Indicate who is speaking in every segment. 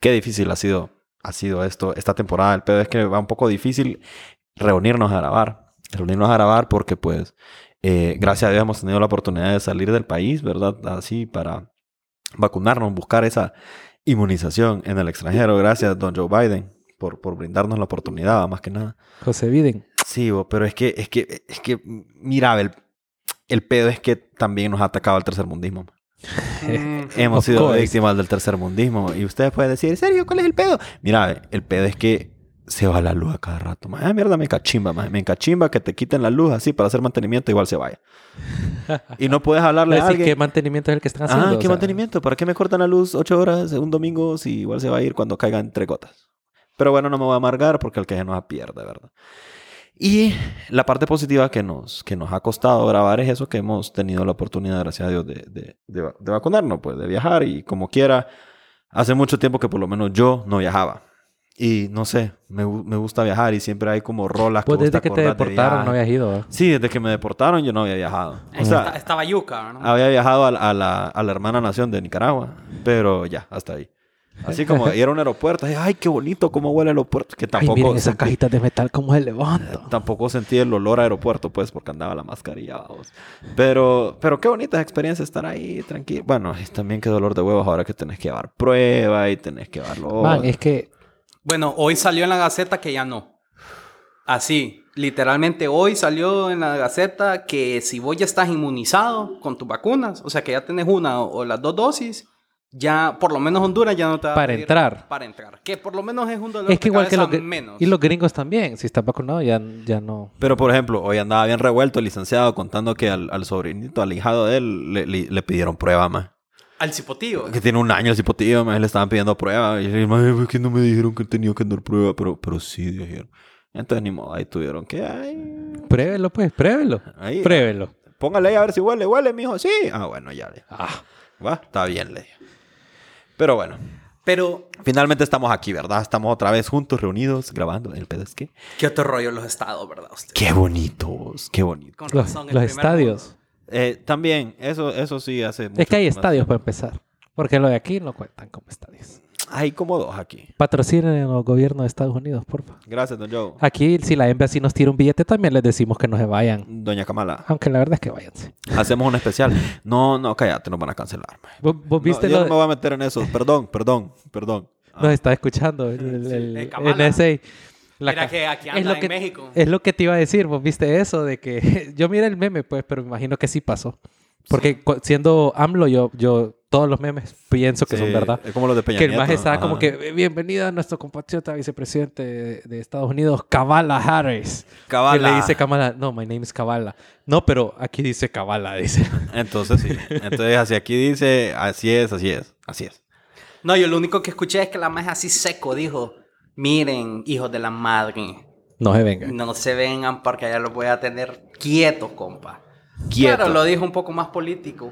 Speaker 1: qué difícil ha sido, ha sido esto, esta temporada. El pedo es que va un poco difícil reunirnos a grabar. Reunirnos a grabar porque, pues, eh, gracias a Dios hemos tenido la oportunidad de salir del país, ¿verdad? Así para vacunarnos, buscar esa inmunización en el extranjero. Gracias, don Joe Biden, por, por brindarnos la oportunidad, más que nada.
Speaker 2: José Biden.
Speaker 1: Sí, bo, pero es que, es que, es que, mira, el, el pedo es que también nos ha atacado el tercermundismo. ma. Hemos
Speaker 2: Of
Speaker 1: sido
Speaker 2: course.
Speaker 1: víctimas del tercermundismo. Y ustedes pueden decir, ¿en serio? ¿Cuál es el pedo? Mira, el pedo es que se va la luz a cada rato. ma. Ah, mierda, me cachimba, ma. me cachimba que te quiten la luz así para hacer mantenimiento, igual se vaya. Y no puedes hablarle a
Speaker 2: Así
Speaker 1: alguien.
Speaker 2: que mantenimiento es el que están haciendo.
Speaker 1: Ah,
Speaker 2: o
Speaker 1: ¿qué
Speaker 2: sea,
Speaker 1: mantenimiento? ¿Para qué me cortan la luz ocho horas un domingo si igual se va a ir cuando caigan tres gotas? Pero bueno, no me voy a amargar porque el que se nos pierde, ¿verdad? Y la parte positiva que nos, que nos ha costado grabar es eso que hemos tenido la oportunidad, gracias a Dios, de, de- de va- de vacunarnos, pues, de viajar y como quiera. Hace mucho tiempo que por lo menos yo no viajaba. Y no sé, me, gu- me gusta viajar y siempre hay como rolas
Speaker 2: Pues
Speaker 1: que vos
Speaker 2: desde que te
Speaker 1: acordás de
Speaker 2: deportaron no
Speaker 1: viaje.
Speaker 2: habías ido. ¿eh?
Speaker 1: Sí, desde que me deportaron yo no había viajado. O sea,
Speaker 3: Esta- estaba yuca, ¿no?
Speaker 1: había viajado a, la- a la, a la hermana nación de Nicaragua, pero ya, hasta ahí. Así como ir a un aeropuerto, ay, ay, qué bonito, cómo huele el aeropuerto, que
Speaker 2: Ay,
Speaker 1: tampoco,
Speaker 2: miren esas
Speaker 1: sentí,
Speaker 2: cajitas de metal como es el levanto.
Speaker 1: tampoco sentí el olor a aeropuerto, pues, porque andaba la mascarilla, vamos. Pero, pero qué bonita experiencia estar ahí, tranquilo. Bueno, y también qué dolor de huevos ahora que tenés que llevar prueba y tenés que llevar lo
Speaker 2: Man,
Speaker 1: otro.
Speaker 2: es que
Speaker 3: Bueno, hoy salió en la Gaceta que ya no. Así, literalmente hoy salió en la Gaceta que si vos ya estás inmunizado con tus vacunas, o sea que ya tenés una o, o las dos dosis, ya por lo menos Honduras ya no te va a
Speaker 2: Para
Speaker 3: pedir-
Speaker 2: entrar.
Speaker 3: Para entrar. Que por lo menos es un dolor
Speaker 2: es que
Speaker 3: de
Speaker 2: igual que
Speaker 3: cabeza
Speaker 2: los gr-
Speaker 3: menos.
Speaker 2: y los gringos también, si estás vacunado ya, ya no.
Speaker 1: Pero, por ejemplo, hoy andaba bien revuelto el licenciado contando que al, al sobrinito, al hijado de él, le, le- le pidieron prueba, más.
Speaker 3: Al cipotillo.
Speaker 1: Que tiene un año el cipotillo, maje, le estaban pidiendo prueba. Y yo, "Maje, ¿por qué no me dijeron que tenía que dar prueba? Pero, pero sí dijeron. Entonces, ni modo, ahí tuvieron que... ay,
Speaker 2: Pruébelo, pues, pruébelo.
Speaker 1: Ahí.
Speaker 2: Pruébelo.
Speaker 1: póngale ahí a ver si huele, huele, mijo. Sí. Ah, bueno, ya. le-
Speaker 2: Ah,
Speaker 1: Va, está bien, le digo. Pero bueno,
Speaker 3: Pero,
Speaker 1: finalmente estamos aquí, ¿verdad? Estamos otra vez juntos, reunidos, grabando. El pedo es que...
Speaker 3: qué otro rollo los estados, ¿verdad? Usted?
Speaker 1: Qué bonitos, qué bonito.
Speaker 3: Con
Speaker 2: los,
Speaker 3: razón, el
Speaker 2: los
Speaker 3: primer
Speaker 2: estadios.
Speaker 3: mundo.
Speaker 1: Eh, también, eso, eso sí hace mucho
Speaker 2: Es que hay
Speaker 1: más-
Speaker 2: estadios para empezar. Porque lo de aquí no cuentan como estadios.
Speaker 1: Hay como dos aquí.
Speaker 2: Patrocinen los gobiernos de Estados Unidos, porfa.
Speaker 1: Gracias, don Joe.
Speaker 2: Aquí, si la embassy nos tira un billete, también les decimos que no se vayan.
Speaker 1: Doña Kamala,
Speaker 2: Aunque la verdad es que váyanse.
Speaker 1: hacemos un especial. No, no, cállate, nos van a cancelar. maje.
Speaker 2: ¿Vos,
Speaker 1: No,
Speaker 2: vos viste
Speaker 1: yo
Speaker 2: lo-
Speaker 1: no me voy a meter en eso. Perdón, perdón, perdón. Ah,
Speaker 2: Nos está escuchando el, el,
Speaker 3: Sí,
Speaker 2: el
Speaker 3: eh, Kamala.
Speaker 2: NSA. La
Speaker 3: Mira
Speaker 2: ca-
Speaker 3: que aquí
Speaker 2: es
Speaker 3: anda
Speaker 2: lo
Speaker 3: en
Speaker 2: que-
Speaker 3: México.
Speaker 2: Es lo que te iba a decir, vos viste eso de que yo miré el meme, pues, pero me imagino que sí pasó. Porque cu- siendo AMLO, yo, yo todos los memes pienso que
Speaker 1: sí,
Speaker 2: son verdad.
Speaker 1: Eh, Es como los de Peña
Speaker 2: Que el más
Speaker 1: Nieto,
Speaker 2: estaba
Speaker 1: ajá.
Speaker 2: como que, "Eh, bienvenida a nuestro compatriota vicepresidente de, de Estados Unidos, Kamala Harris.
Speaker 1: Kabbalah.
Speaker 2: Y le dice Kamala, no, my name is Kamala. No, pero aquí dice Kamala, dice.
Speaker 1: Entonces sí. Entonces así aquí dice, así es, así es, así es.
Speaker 3: No, yo lo único que escuché es que la más así seco dijo, miren, hijos de la madre,
Speaker 2: No se venga.
Speaker 3: no se vengan porque allá los voy a tener quietos, compa.
Speaker 1: Quieto.
Speaker 3: Claro, lo dijo un poco más político,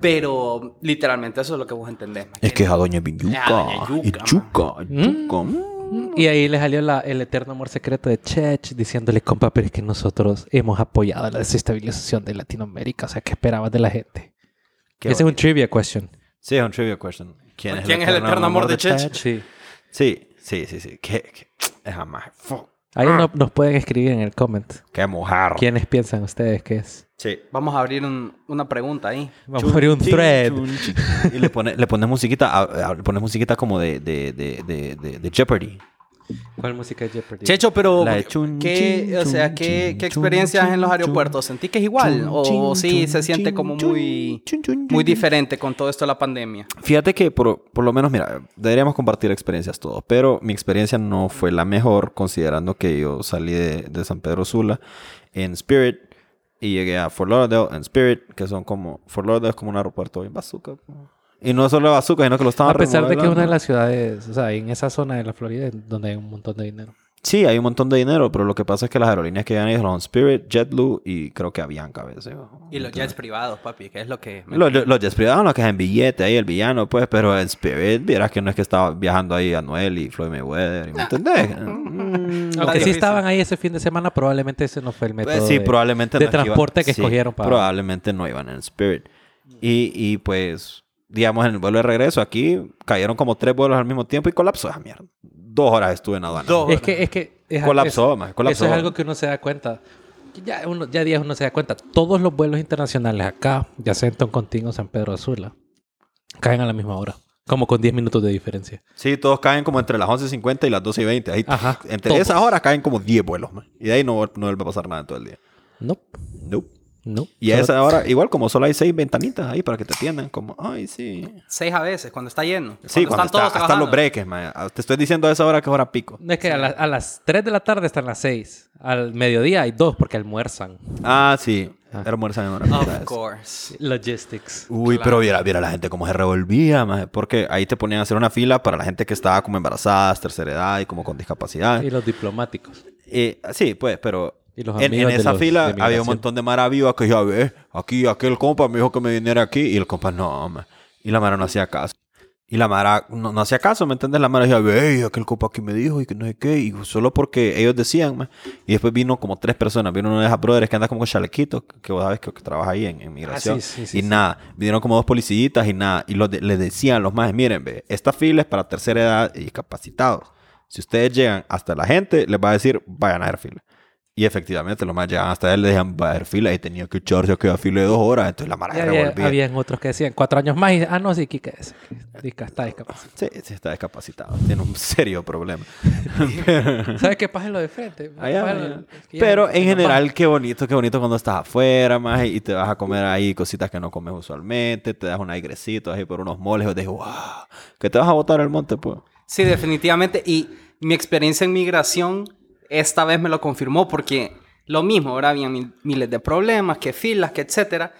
Speaker 3: pero literalmente eso es lo que vos entendés. ¿me
Speaker 1: Es que es a Doña
Speaker 3: Es a Doña
Speaker 1: Ah, Yuca.
Speaker 3: Yuca,
Speaker 1: Y Yuca, Yuca. mm.
Speaker 2: Y ahí le salió la- el eterno amor secreto de Chech diciéndole, compa, pero es que nosotros hemos apoyado la desestabilización de Latinoamérica. O sea, ¿qué esperabas de la gente?
Speaker 1: Qué
Speaker 2: Ese es un
Speaker 1: bonito.
Speaker 2: trivia question.
Speaker 1: Sí, es un trivia question. ¿Quién,
Speaker 3: ¿Quién es el eterno amor de Chech?
Speaker 2: Sí.
Speaker 1: Sí, sí, sí, sí. Qué, qué- es jamás. Fuck.
Speaker 2: Ahí no- nos pueden escribir en el comment.
Speaker 1: Qué mojar.
Speaker 2: ¿Quiénes piensan ustedes que es?
Speaker 1: Sí.
Speaker 3: Vamos a abrir un- una pregunta ahí.
Speaker 2: Vamos a abrir un
Speaker 1: Chun,
Speaker 2: thread.
Speaker 1: chun, chun. Y le pones le pone musiquita, a- a- le pones musiquita como de, de, de, de, de- de Jeopardy.
Speaker 2: ¿Cuál música es Jeopardy?
Speaker 3: Checho, pero
Speaker 1: La de chun,
Speaker 3: ¿qué,
Speaker 1: chin,
Speaker 3: o sea,
Speaker 1: chun,
Speaker 3: ¿qué,
Speaker 1: chin,
Speaker 3: qué
Speaker 1: chun,
Speaker 3: experiencias
Speaker 1: chin,
Speaker 3: en los
Speaker 1: chun,
Speaker 3: aeropuertos? ¿Sentí que es igual?
Speaker 1: Chun,
Speaker 3: ¿O
Speaker 1: chin,
Speaker 3: sí
Speaker 1: chun,
Speaker 3: se siente
Speaker 1: chin,
Speaker 3: como
Speaker 1: chun,
Speaker 3: muy,
Speaker 1: chun, chun,
Speaker 3: muy
Speaker 1: chun.
Speaker 3: diferente con todo esto de la pandemia?
Speaker 1: Fíjate que por, por lo menos, mira, deberíamos compartir experiencias todos, pero mi experiencia no fue la mejor considerando que yo salí de, de San Pedro Sula en Spirit y llegué a Fort Lauderdale en Spirit, que son como, Fort Lauderdale es como un aeropuerto bien bazooka. po. Y no solo bazooka, sino que lo estaban
Speaker 2: A pesar de que es
Speaker 1: remodelando.
Speaker 2: una de las ciudades, o sea, en esa zona de la Florida es donde hay un montón de dinero.
Speaker 1: Sí, hay un montón de dinero, pero lo que pasa es que las aerolíneas que llegan ahí son Spirit, JetBlue y creo que Avianca a veces. ¿no?
Speaker 3: Y los jets privados, papi, que es lo que...
Speaker 1: Los, los, los jets privados, los que es en billete, ahí el villano, pues, pero en Spirit, vieras que no es que estaba viajando ahí Anuel y Floyd Mayweather, ¿me entendés? Mm,
Speaker 3: Está
Speaker 2: Aunque sí
Speaker 3: difícil.
Speaker 2: estaban ahí ese fin de semana, probablemente ese no fue el método.
Speaker 1: pues sí,
Speaker 2: de-
Speaker 1: probablemente
Speaker 2: de
Speaker 1: no es iban-
Speaker 2: transporte que
Speaker 1: sí,
Speaker 2: escogieron para-
Speaker 1: Probablemente no iban en Spirit. Y, y pues digamos, en el vuelo de regreso aquí cayeron como tres vuelos al mismo tiempo y colapsó esa mierda. Dos horas estuve en aduana.
Speaker 3: Dos.
Speaker 2: Es que, es que... es-
Speaker 1: Colapsó,
Speaker 2: es-
Speaker 1: man, colapsó.
Speaker 2: Eso es algo que uno se da cuenta. Ya, uno, ya días uno se da cuenta. Todos los vuelos internacionales acá, ya sea en Toncontín o San Pedro de Sula, caen a la misma hora. Como con 10 minutos de diferencia.
Speaker 1: Sí, todos caen como entre las 11.50 y las 12.20. Ahí,
Speaker 2: Ajá,
Speaker 1: entre
Speaker 2: todos.
Speaker 1: esas horas caen como 10 vuelos, man. Y de ahí no, no vuelve a pasar nada en todo el día.
Speaker 2: Nope,
Speaker 1: Nope.
Speaker 2: nope.
Speaker 1: Y a
Speaker 2: Solo-
Speaker 1: esa hora, igual como solo hay seis ventanitas ahí para que te atiendan, como, ay, sí.
Speaker 3: Seis a veces, cuando está lleno.
Speaker 1: Sí, cuando, está- hasta
Speaker 3: trabajando.
Speaker 1: los breques, man. Te estoy diciendo a esa hora que es hora pico.
Speaker 2: No es que a, la- a las 3 de la tarde están las 6. Al mediodía hay 2 porque almuerzan.
Speaker 1: Ah, sí.
Speaker 2: Ah.
Speaker 1: Almuerzan en hora pico.
Speaker 3: Of course.
Speaker 2: Logistics.
Speaker 1: Uy,
Speaker 3: Claro.
Speaker 1: pero viera, viera la gente cómo se revolvía, maje, porque ahí te ponían a hacer una fila para la gente que estaba como embarazadas, tercera edad y como con discapacidad.
Speaker 2: Y los diplomáticos.
Speaker 1: Eh, sí, pues, pero
Speaker 2: Y los
Speaker 1: en, en
Speaker 2: amigos de
Speaker 1: esa
Speaker 2: los- de
Speaker 1: fila había
Speaker 2: migración.
Speaker 1: un montón de mara viva que yo, a ver, aquí, aquel compa me dijo que me viniera aquí y el compa no, ma". y la mara no hacía caso. Y la mara no, no hacía caso, ¿me entiendes? La mara decía, ve, aquel compa aquí me dijo y que no sé qué, y solo porque ellos decían, ma. y después vino como tres personas, vino uno de esas brothers que anda como con chalequito, que vos sabes que, que trabaja ahí en, en migración,
Speaker 2: Ah, sí, sí,
Speaker 1: y
Speaker 2: sí.
Speaker 1: nada, vinieron como dos policillitas y nada, y los de- les decían los más, miren, ve, esta fila es para tercera edad y discapacitados. Si ustedes llegan hasta la gente, les va a decir, vayan a hacer fila. Y efectivamente, los más llegaban hasta él, le decían, va a hacer fila. Y tenía que echarse a quedar fila de dos horas. Entonces la mara
Speaker 2: Y
Speaker 1: se
Speaker 2: había,
Speaker 1: revolvía.
Speaker 2: habían otros que decían cuatro años más y ah, no, sí, Kika es. Disca- Está discapacitado.
Speaker 1: Sí, sí, está discapacitado. Tiene un serio problema.
Speaker 2: ¿Sabes qué pasa lo de frente?
Speaker 1: Allá,
Speaker 2: Pájalo-
Speaker 1: allá.
Speaker 2: es que ya
Speaker 1: Pero
Speaker 2: no-
Speaker 1: en
Speaker 2: no
Speaker 1: general, qué bonito, qué bonito cuando estás afuera, más y te vas a comer ahí cositas que no comes usualmente, te das un airecito ahí por unos moles, o te digo, wow, que te vas a botar al monte, pues.
Speaker 3: Sí, definitivamente. Y mi experiencia en migración esta vez me lo confirmó porque lo mismo, ahora había mil- miles de problemas, que filas, que etcétera.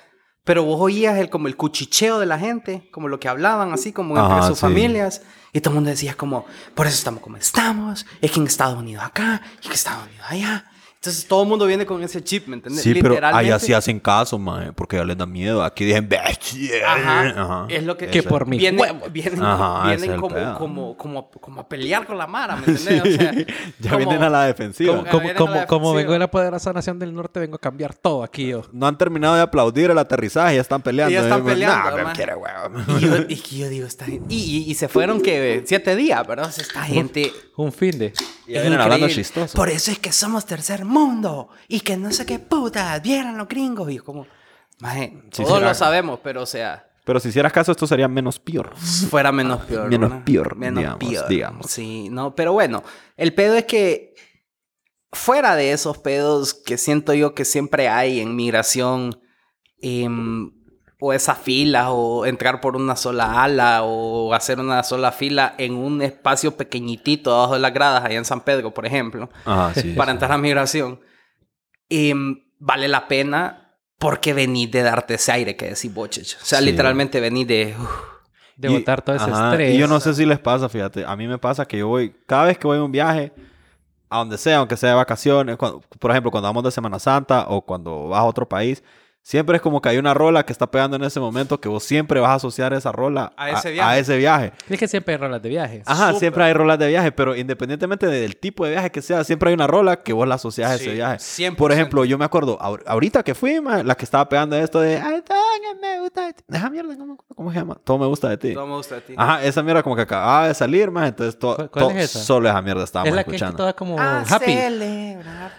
Speaker 3: Pero vos oías el, como el cuchicheo de la gente, como lo que hablaban así, como entre
Speaker 1: Ajá,
Speaker 3: sus
Speaker 1: sí.
Speaker 3: familias. Y todo el mundo decía como, por eso estamos como estamos, es que en Estados Unidos acá, y que en Estados Unidos allá. Entonces todo el mundo viene con ese chip, ¿me entiendes?
Speaker 1: Sí, pero allá
Speaker 3: Literalmente.
Speaker 1: sí hacen caso, maje, porque ya les da miedo. Aquí dicen, bestia.
Speaker 3: Ajá, Es lo que,
Speaker 2: Que por mí.
Speaker 3: Vienen, vienen,
Speaker 1: Ajá,
Speaker 3: vienen
Speaker 1: ese es el
Speaker 3: como,
Speaker 1: pedo.
Speaker 3: como, como, como a pelear con la mara, ¿me entendés? O sea,
Speaker 1: ya
Speaker 3: como-
Speaker 1: vienen a la defensiva.
Speaker 3: como-
Speaker 2: Como,
Speaker 3: Vienen a la
Speaker 2: como, como vengo
Speaker 3: defensiva.
Speaker 2: de la poderosa nación del norte, vengo a cambiar todo aquí yo.
Speaker 1: No han terminado de aplaudir el aterrizaje, ya están peleando.
Speaker 3: Y ya están
Speaker 1: Nah,
Speaker 3: peleando,
Speaker 1: me
Speaker 3: maje.
Speaker 1: quiere, huevo.
Speaker 3: Y yo, y que yo digo, esta gente. Y, y- y se fueron que siete días, ¿verdad? O sea, esta gente.
Speaker 2: Un fin de.
Speaker 1: Y
Speaker 3: es
Speaker 1: ya vienen hablando
Speaker 3: increíble.
Speaker 1: chistoso.
Speaker 3: Por eso es que somos tercer mundo. Y que no sé qué puta, vieran los gringos. Y yo, como, maje,
Speaker 1: Sí,
Speaker 3: todos
Speaker 1: será.
Speaker 3: lo sabemos, pero o sea,
Speaker 1: Pero si hicieras caso, esto sería menos peor.
Speaker 3: fuera menos peor.
Speaker 1: Ah, Menos
Speaker 3: ¿verdad?
Speaker 1: peor, digamos, digamos.
Speaker 3: Sí, no, pero bueno, el pedo es que fuera de esos pedos que siento yo que siempre hay en migración, em, o esas filas, o entrar por una sola ala, o hacer una sola fila en un espacio pequeñitito abajo de las gradas, allá en San Pedro, por ejemplo
Speaker 1: Ah, sí.
Speaker 3: para entrar a migración, em, vale la pena porque venís de darte ese aire que decís boches. O sea,
Speaker 1: Sí.
Speaker 3: literalmente venís de... uf,
Speaker 2: De
Speaker 1: Y-
Speaker 2: botar todo ese
Speaker 1: ajá,
Speaker 2: estrés.
Speaker 1: Y yo no sé si les pasa, fíjate. A mí me pasa que yo voy, cada vez que voy a un viaje, a donde sea, aunque sea de vacaciones, cuando- por ejemplo, cuando vamos de Semana Santa o cuando vas a otro país, siempre es como que hay una rola que está pegando en ese momento que vos siempre vas a asociar esa rola
Speaker 3: A ese viaje.
Speaker 1: ese viaje.
Speaker 2: Es que siempre hay rolas de viajes.
Speaker 1: Ajá,
Speaker 3: Súper.
Speaker 1: siempre hay rolas de viaje, pero independientemente del tipo de viaje que sea, siempre hay una rola que vos la asocias a
Speaker 3: Sí,
Speaker 1: ese viaje.
Speaker 3: 100%.
Speaker 1: Por ejemplo, yo me acuerdo, ahor- ahorita que fui, ma, la que estaba pegando esto de, ay, todo me gusta de ti. Esa mierda, ¿cómo, cómo se llama? Todo me gusta de ti.
Speaker 3: No me gusta a ti.
Speaker 1: Ajá, esa mierda como que acababa de salir, más entonces todo,
Speaker 2: ¿Cuál- cuál
Speaker 1: todo-
Speaker 2: es esa?
Speaker 1: solo esa mierda estábamos
Speaker 2: es la que es
Speaker 1: escuchando.
Speaker 2: toda como
Speaker 1: ah,
Speaker 3: A
Speaker 2: happy.
Speaker 3: celebrar.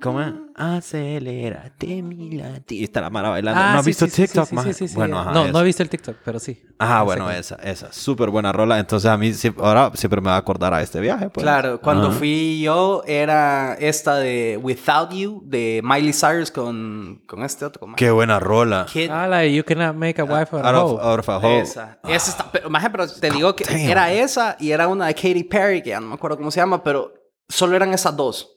Speaker 1: ¿Cómo es? Acelérate, mi lati- Y está la mara bailando.
Speaker 2: Ah,
Speaker 1: ¿No has
Speaker 2: sí,
Speaker 1: visto
Speaker 2: sí, sí,
Speaker 1: TikTok,
Speaker 2: sí,
Speaker 1: más?
Speaker 2: sí, sí, sí.
Speaker 1: Bueno, ajá,
Speaker 2: no,
Speaker 1: esa.
Speaker 2: no he visto el TikTok, pero sí.
Speaker 1: Ajá,
Speaker 2: Ese
Speaker 1: bueno,
Speaker 2: que-
Speaker 1: esa, esa. Súper buena rola. Entonces a mí sí- ahora siempre me va a acordar a este viaje, pues.
Speaker 3: Claro, cuando
Speaker 1: Ajá.
Speaker 3: fui yo era esta de Without You de Miley Cyrus con, con este otro. con-
Speaker 1: Qué buena rola.
Speaker 3: Kid.
Speaker 2: Ah, la de You Cannot Make a Wife Out
Speaker 1: Out
Speaker 2: of
Speaker 1: of,
Speaker 2: Hoe.
Speaker 1: out of a Hole. Ah,
Speaker 3: Esa. Esa está, pero, maje, pero te digo que
Speaker 1: oh. damn.
Speaker 3: era esa y era una de Katy Perry, que ya no me acuerdo cómo se llama, pero solo eran esas dos.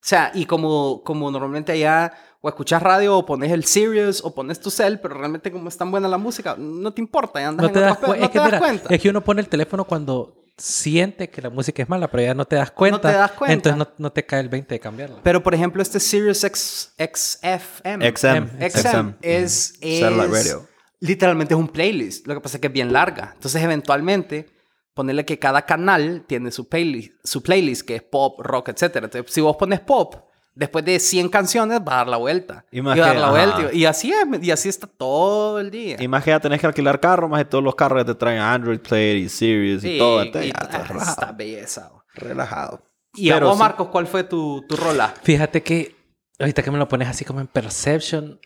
Speaker 3: O sea, y como, como normalmente allá o escuchas radio o pones el Sirius o pones tu cel, pero realmente como es tan buena la música, no te importa, ya andas
Speaker 2: No
Speaker 3: en
Speaker 2: te das,
Speaker 3: otras pe-
Speaker 2: cuen-
Speaker 3: no
Speaker 2: es que
Speaker 3: te das
Speaker 2: mira,
Speaker 3: cuenta.
Speaker 2: Es que uno pone el teléfono cuando siente que la música es mala, pero ya no te das cuenta.
Speaker 3: te das cuenta.
Speaker 2: Entonces no, no te cae el 20 de cambiarla.
Speaker 3: Pero por ejemplo, este Sirius X, XFM.
Speaker 2: Em,
Speaker 1: XM.
Speaker 3: XM, es, es-
Speaker 1: Mm. Satellite radio.
Speaker 3: literalmente es un playlist. Lo que pasa es que es bien larga. Entonces, eventualmente, ponerle que cada canal tiene su playlist, su playlist que es pop, rock, etc. Entonces, si vos pones pop, Después de 100 canciones, va a dar la vuelta.
Speaker 1: Y
Speaker 3: Y,
Speaker 1: más
Speaker 3: va
Speaker 1: que-
Speaker 3: a dar la
Speaker 1: ajá.
Speaker 3: vuelta. Y así es, y así está todo el día.
Speaker 1: Y más que ya tenés que alquilar carro, más que todos los carros ya te traen Android Play y Series y
Speaker 3: Sí,
Speaker 1: todo. Entonces,
Speaker 3: y-
Speaker 1: ya
Speaker 3: ah,
Speaker 1: estás relajado.
Speaker 3: está belleza. bro.
Speaker 1: relajado.
Speaker 3: Y
Speaker 1: Pero
Speaker 3: a vos,
Speaker 1: sí.
Speaker 3: Marcos, ¿cuál fue tu, tu rola?
Speaker 2: Fíjate que ahorita que me lo pones así como en Perception,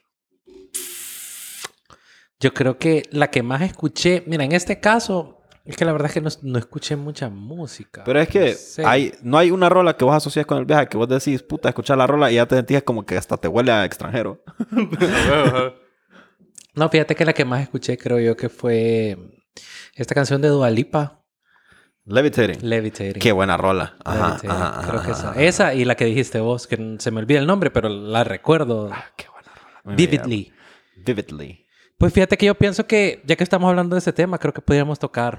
Speaker 2: yo creo que la que más escuché, mira, en este caso, es que la verdad es que no, no escuché mucha música.
Speaker 1: Pero es que
Speaker 2: No sé.
Speaker 1: hay, no hay una rola que vos asocias con el viaje que vos decís, puta, escuchar la rola y ya te sentías como que hasta te huele a extranjero.
Speaker 2: No, fíjate que la que más escuché creo yo que fue esta canción de Dualipa,
Speaker 1: Levitating.
Speaker 2: Levitating.
Speaker 1: Qué buena rola. Ajá,
Speaker 2: Levitating,
Speaker 1: ajá, ajá,
Speaker 2: creo que esa.
Speaker 1: ajá.
Speaker 2: Esa y la que dijiste vos, que n- se me olvida el nombre, pero la recuerdo
Speaker 1: Qué buena rola. Ah, Muy bien.
Speaker 2: vividly.
Speaker 1: Vividly.
Speaker 2: Pues fíjate que yo pienso que, ya que estamos hablando de ese tema, creo que podríamos tocar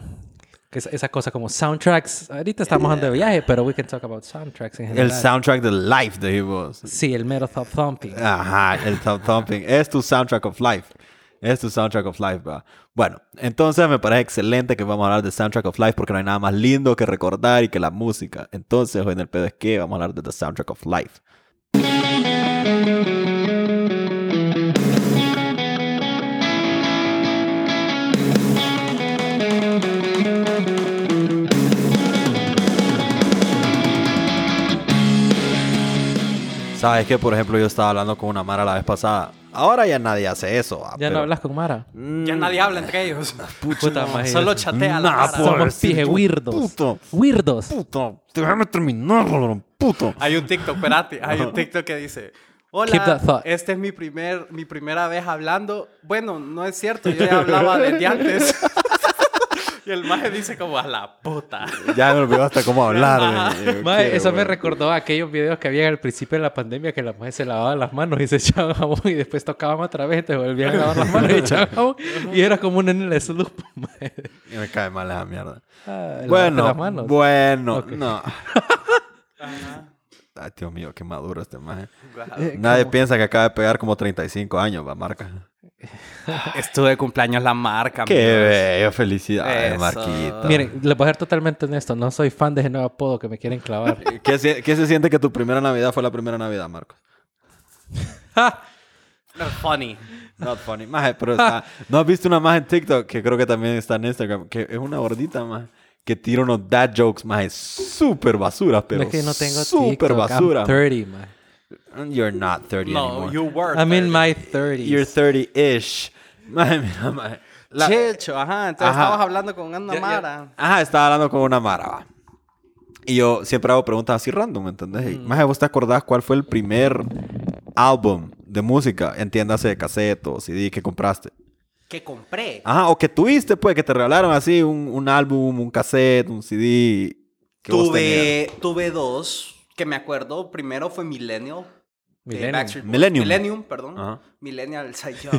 Speaker 2: que esa, esa cosa como soundtracks. Ahorita estamos hablando de viaje, pero we can talk about soundtracks en general.
Speaker 1: El soundtrack de Life de vos.
Speaker 2: sí, el mero thump thumping.
Speaker 1: Ah, Ajá, el thumb thumping. Es tu soundtrack of life. Es tu soundtrack of life, va. Bueno, entonces me parece excelente que vamos a hablar de soundtrack of life porque no hay nada más lindo que recordar y que la música. Entonces, hoy en el pedo es que vamos a hablar de the soundtrack of life. ¿Sabes qué? Por ejemplo, yo estaba hablando con una Mara la vez pasada. Ahora ya nadie hace eso. va,
Speaker 2: Ya
Speaker 1: pero-
Speaker 2: no hablas con Mara.
Speaker 1: Mm,
Speaker 3: ya nadie habla entre ellos.
Speaker 2: Puta madre.
Speaker 3: Solo chatea la
Speaker 1: Nah,
Speaker 3: cara.
Speaker 1: por-
Speaker 2: Somos
Speaker 1: sí,
Speaker 2: pije
Speaker 1: tú,
Speaker 2: weirdos.
Speaker 1: puto.
Speaker 2: Weirdos.
Speaker 1: Puto, déjame terminar, cabrón, puto.
Speaker 3: Hay un TikTok, espérate. Hay un TikTok que dice...
Speaker 2: Keep that
Speaker 3: Hola,
Speaker 2: thought."
Speaker 3: esta es mi, primer, mi primera vez hablando. Bueno, no es cierto, yo ya hablaba desde antes. y el maje dice como a la puta.
Speaker 1: Ya me olvidó hasta cómo hablar. güey. Eh,
Speaker 2: Mae,
Speaker 1: qué
Speaker 2: eso me
Speaker 1: bueno.
Speaker 2: recordó a aquellos videos que había al principio de la pandemia que las mujeres se lavaban las manos y se echaban jabón y después tocaban otra vez, te volvían a lavar las manos y echaban jabón y era como un en el sloop. mae.
Speaker 1: Y Me cae mal esa mierda.
Speaker 2: Ah, lavarte las
Speaker 1: Bueno,
Speaker 2: manos.
Speaker 1: bueno,
Speaker 2: Ok.
Speaker 1: no. Ay, Dios mío, qué maduro este maje.
Speaker 3: Guau.
Speaker 2: Eh,
Speaker 1: Nadie
Speaker 2: como-
Speaker 1: piensa que acaba de pegar como 35 años, va, marca.
Speaker 3: Estuve de cumpleaños la marca.
Speaker 1: Qué
Speaker 3: amigos.
Speaker 1: bello, felicidades,
Speaker 3: Eso.
Speaker 1: Marquito.
Speaker 2: Miren, les voy a ser totalmente honesto. No soy fan de ese nuevo apodo que me quieren clavar.
Speaker 1: ¿Qué se, qué se siente que tu primera Navidad fue la primera Navidad, Marcos?
Speaker 3: Not funny.
Speaker 1: Not funny. Maje, pero está- ¿No has visto una más en TikTok? Que creo que también está en Instagram. Que es una gordita, más Que tira unos dad jokes, maje. Súper basura, pero.
Speaker 2: es que no tengo
Speaker 1: Súper
Speaker 2: TikTok. I'm
Speaker 1: basura.
Speaker 2: 30, man.
Speaker 1: You're not 30
Speaker 3: No,
Speaker 1: anymore.
Speaker 3: you were.
Speaker 2: I'm in
Speaker 3: 30.
Speaker 2: my 30s.
Speaker 1: You're 30-ish. Maje, mira, maje. La-
Speaker 3: Checho, ajá. Entonces
Speaker 1: Ajá.
Speaker 3: estabas hablando con
Speaker 2: Ya,
Speaker 3: Ana
Speaker 2: ya.
Speaker 3: Mara.
Speaker 1: Ajá, estaba hablando con una Mara, va. Y yo siempre hago preguntas así random, ¿me entendés? Y,
Speaker 2: Mm.
Speaker 1: Maje, ¿vos te acordás cuál fue el primer álbum de música? Entiéndase, de cassette o CD que compraste.
Speaker 3: Que compré.
Speaker 1: Ajá, o que tuviste, pues, que te regalaron así un, un álbum, un cassette, un CD. que vos tenías.
Speaker 3: tuve, tuve dos que me acuerdo. Primero fue Millennial. de
Speaker 2: Millennium.
Speaker 3: Backstreet Boys.
Speaker 1: Millennium.
Speaker 3: Millennium, perdón.
Speaker 1: Ajá.
Speaker 3: Millennial soy yo.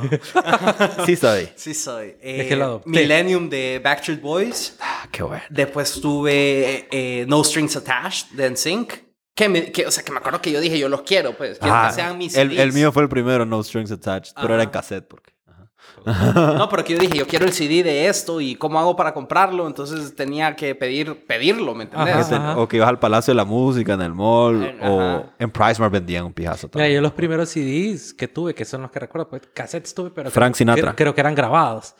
Speaker 1: Sí, sabes.
Speaker 3: sí soy.
Speaker 2: ¿De
Speaker 3: Eh,
Speaker 2: qué lado?
Speaker 3: Millennium de Backstreet Boys.
Speaker 1: Ah, qué bueno.
Speaker 3: Después tuve eh, No Strings Attached de NSYNC. Que me, que, o sea, que me acuerdo que yo dije, yo los quiero, pues. Quiero
Speaker 1: Ajá,
Speaker 3: que sean mis
Speaker 1: el, el
Speaker 3: CDs.
Speaker 1: mío fue el primero, No Strings Attached, pero era en
Speaker 3: Ajá.
Speaker 1: cassette. Porque... ajá.
Speaker 3: No, pero que yo dije, yo quiero el CD de esto y cómo hago para comprarlo. Entonces tenía que pedir, pedirlo, ¿me entendés?
Speaker 2: Ajá.
Speaker 1: O que ibas al Palacio de la Música, en el mall,
Speaker 3: En-
Speaker 1: o
Speaker 3: ajá.
Speaker 1: en Pricemark vendían un pijazo
Speaker 2: Mira,
Speaker 1: también.
Speaker 2: yo los primeros CDs que tuve, que son los que recuerdo, pues cassettes tuve, pero.
Speaker 1: Frank Sinatra.
Speaker 2: Creo, creo que eran grabados.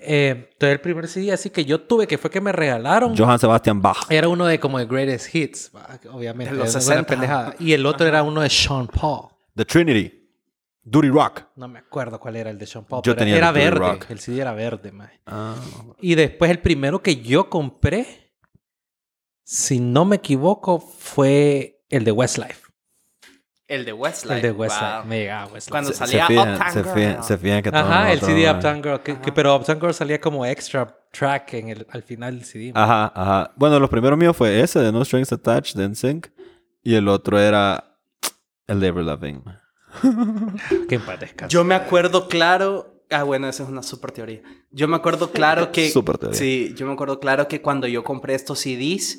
Speaker 2: Eh, entonces, el primer CD así que yo tuve, que fue que me regalaron,
Speaker 1: Johann Sebastian Bach.
Speaker 2: era uno de como de Greatest Hits, va, obviamente.
Speaker 3: De los
Speaker 2: era una
Speaker 3: 60.
Speaker 2: pendejada. Y el otro era uno de Sean Paul.
Speaker 1: The Trinity. Duty Rock.
Speaker 2: No me acuerdo cuál era el de Sean Paul.
Speaker 1: Yo
Speaker 2: pero
Speaker 1: tenía el de
Speaker 2: era
Speaker 1: Three
Speaker 2: verde.
Speaker 1: Rock.
Speaker 2: El CD era verde, mae.
Speaker 3: Ah,
Speaker 2: Y después el primero que yo compré, si no me equivoco, fue el de Westlife.
Speaker 3: El de Westlife.
Speaker 2: El de Westlife.
Speaker 3: wow.
Speaker 2: Me llegaba Westlife.
Speaker 3: Cuando
Speaker 1: se,
Speaker 3: salía
Speaker 1: fijan,
Speaker 3: Uptown
Speaker 1: se,
Speaker 3: Girl.
Speaker 1: fijan, se fijan que todos
Speaker 2: Ajá, el
Speaker 1: nosotros-
Speaker 2: CD Uptown Girl. que- que- pero Uptown Girl salía como extra track en el, al final del CD. man.
Speaker 1: Ajá, ajá. Bueno, los primeros míos fue ese de No Strings Attached de NSYNC. Y el otro era el de Ever Loving.
Speaker 2: Que en paz descanse.
Speaker 3: Yo me acuerdo claro. Ah, bueno, esa es una super teoría. Yo me acuerdo claro que.
Speaker 1: Super teoría.
Speaker 3: Sí, yo me acuerdo claro que cuando yo compré estos CDs,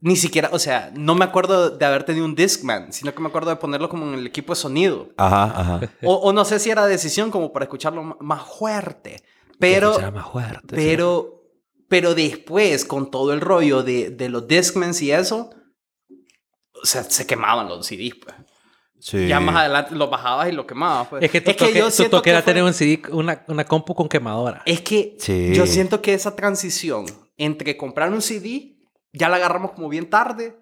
Speaker 3: ni siquiera, o sea, no me acuerdo de haber tenido un Discman, sino que me acuerdo de ponerlo como en el equipo de sonido.
Speaker 1: Ajá, ajá.
Speaker 3: O, o no sé si era decisión como para escucharlo ma- más fuerte. Pero.
Speaker 1: Escuchaba más fuerte, sí.
Speaker 3: Pero, pero después, con todo el rollo de, de los Discmans y eso, o sea, se quemaban los CDs, pues.
Speaker 1: Sí.
Speaker 3: Ya más adelante lo bajabas y lo quemabas. pues.
Speaker 2: Es que tu toque, tu toque era tener un CD, una, una compu con quemadora.
Speaker 3: Es que
Speaker 1: Sí.
Speaker 3: yo siento que esa transición entre comprar un CD, ya la agarramos como bien tarde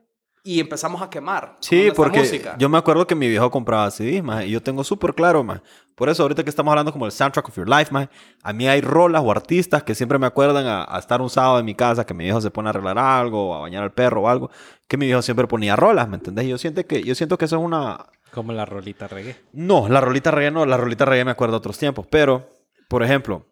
Speaker 3: y empezamos a quemar. con
Speaker 1: Sí,
Speaker 3: nuestra
Speaker 1: porque
Speaker 3: música.
Speaker 1: yo me acuerdo que mi viejo compraba CDs, más y yo tengo súper claro, más. Por eso ahorita que estamos hablando como el soundtrack of your life, más, a mí hay rolas o artistas que siempre me acuerdan a, a estar un sábado en mi casa, que mi viejo se pone a arreglar algo, o a bañar al perro o algo, que mi viejo siempre ponía rolas, ¿me entendés? Y Yo siento que, yo siento que eso es una...
Speaker 2: Como la rolita reggae.
Speaker 1: No, la rolita reggae no, la rolita reggae me acuerdo de otros tiempos, pero, por ejemplo,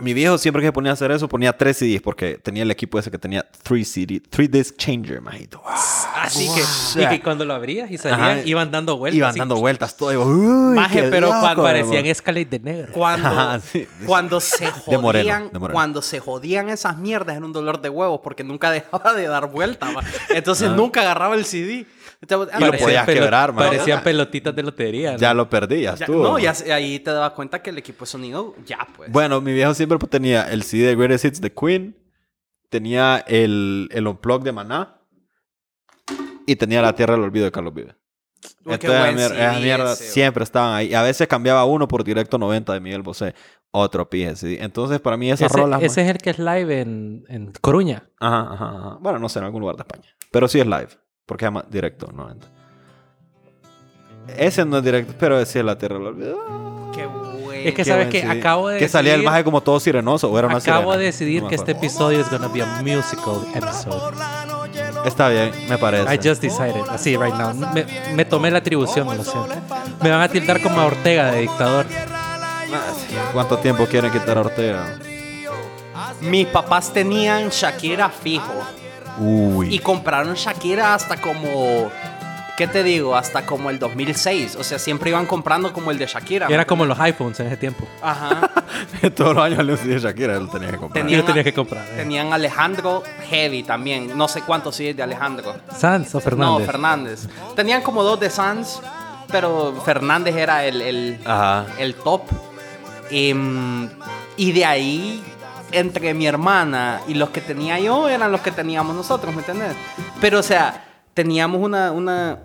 Speaker 1: mi viejo siempre que se ponía a hacer eso ponía tres CDs, porque tenía el equipo ese que tenía 3 CD, 3 disc changer, majito. Ah,
Speaker 2: Así
Speaker 1: Wow.
Speaker 2: que, y
Speaker 1: Ajá.
Speaker 2: que cuando lo abrías y salían,
Speaker 1: Ajá.
Speaker 2: iban dando vueltas.
Speaker 1: Iban
Speaker 2: así.
Speaker 1: dando vueltas todo. y vos, "Uy,
Speaker 2: Maje,
Speaker 1: qué
Speaker 2: pero
Speaker 1: loco",
Speaker 2: pa- parecían
Speaker 1: vos.
Speaker 2: Escalade de negro.
Speaker 3: Cuando,
Speaker 1: Ajá, Ah, sí.
Speaker 3: cuando se
Speaker 1: De
Speaker 3: jodían,
Speaker 1: moreno, de moreno.
Speaker 3: cuando se jodían esas mierdas era un dolor de huevos porque nunca dejaba de dar vuelta, ma. entonces nunca agarraba el CD. Entonces,
Speaker 1: Ah.
Speaker 3: ah,
Speaker 1: Y lo
Speaker 3: parecía-
Speaker 1: podías quebrar, man.
Speaker 2: Parecían pelotitas de lotería. ¿no?
Speaker 1: Ya lo perdías
Speaker 3: ya-
Speaker 1: tú.
Speaker 3: no,
Speaker 1: vos.
Speaker 3: ya se- ahí te dabas cuenta que el equipo de sonido ya pues.
Speaker 1: Bueno, mi viejo siempre pues, tenía el CD de Greatest Hits de Queen, tenía el, el Unplug de Maná y tenía La Tierra del Olvido de Carlos Vives.
Speaker 3: Uy, qué
Speaker 1: Entonces,
Speaker 3: buen
Speaker 1: esa mier- esa
Speaker 3: CD
Speaker 1: mierda
Speaker 3: ese,
Speaker 1: siempre estaban ahí. A veces cambiaba uno por Directo 90 de Miguel Bosé, otro pije CD. Entonces, para mí esas
Speaker 2: Ese,
Speaker 1: rolas... man-
Speaker 2: ese es el que es live en, en Coruña.
Speaker 1: Ajá, ajá, ajá. Bueno, no sé, en algún lugar de España. Pero sí es live, porque se llama directo 90. Ese no es directo, pero sí es la tierra del olvido.
Speaker 3: Qué bueno.
Speaker 2: Es que
Speaker 1: Qué
Speaker 2: sabes
Speaker 1: buen
Speaker 2: que
Speaker 1: CD.
Speaker 2: acabo de
Speaker 1: Que salía el
Speaker 2: decidir-
Speaker 1: maje como todo sirenoso, o era una
Speaker 2: Acabo
Speaker 1: sirena.
Speaker 2: de decidir
Speaker 1: No me
Speaker 2: que este
Speaker 1: acuerdo.
Speaker 2: episodio es gonna be a musical episode.
Speaker 1: Está bien, me parece.
Speaker 2: I just decided, así right now. Me, me tomé la atribución, lo siento. Me van a tildar como a Ortega de dictador.
Speaker 1: Ah, sí. ¿Cuánto tiempo quieren quitar a Ortega?
Speaker 3: Mis papás tenían Shakira fijo.
Speaker 1: Uy.
Speaker 3: Y compraron Shakira hasta como. ¿Qué te digo? Hasta como el 2006. O sea, siempre iban comprando como el de Shakira.
Speaker 2: Era como los iPhones en ese tiempo.
Speaker 3: Ajá.
Speaker 1: Todos los años le decía Shakira, él tenía que comprar.
Speaker 3: Tenía-
Speaker 2: Yo tenía que comprar. eh.
Speaker 3: Tenían Alejandro Heavy también. No sé cuántos sí es de Alejandro.
Speaker 2: Sanz o
Speaker 3: No,
Speaker 2: Fernández.
Speaker 3: Fernández. Tenían como dos de Sanz, pero Fernández era el, el,
Speaker 1: Ajá.
Speaker 3: el top. Em, y de ahí, entre mi hermana y los que tenía yo, eran los que teníamos nosotros, ¿me entiendes? Pero, o sea, teníamos una, una,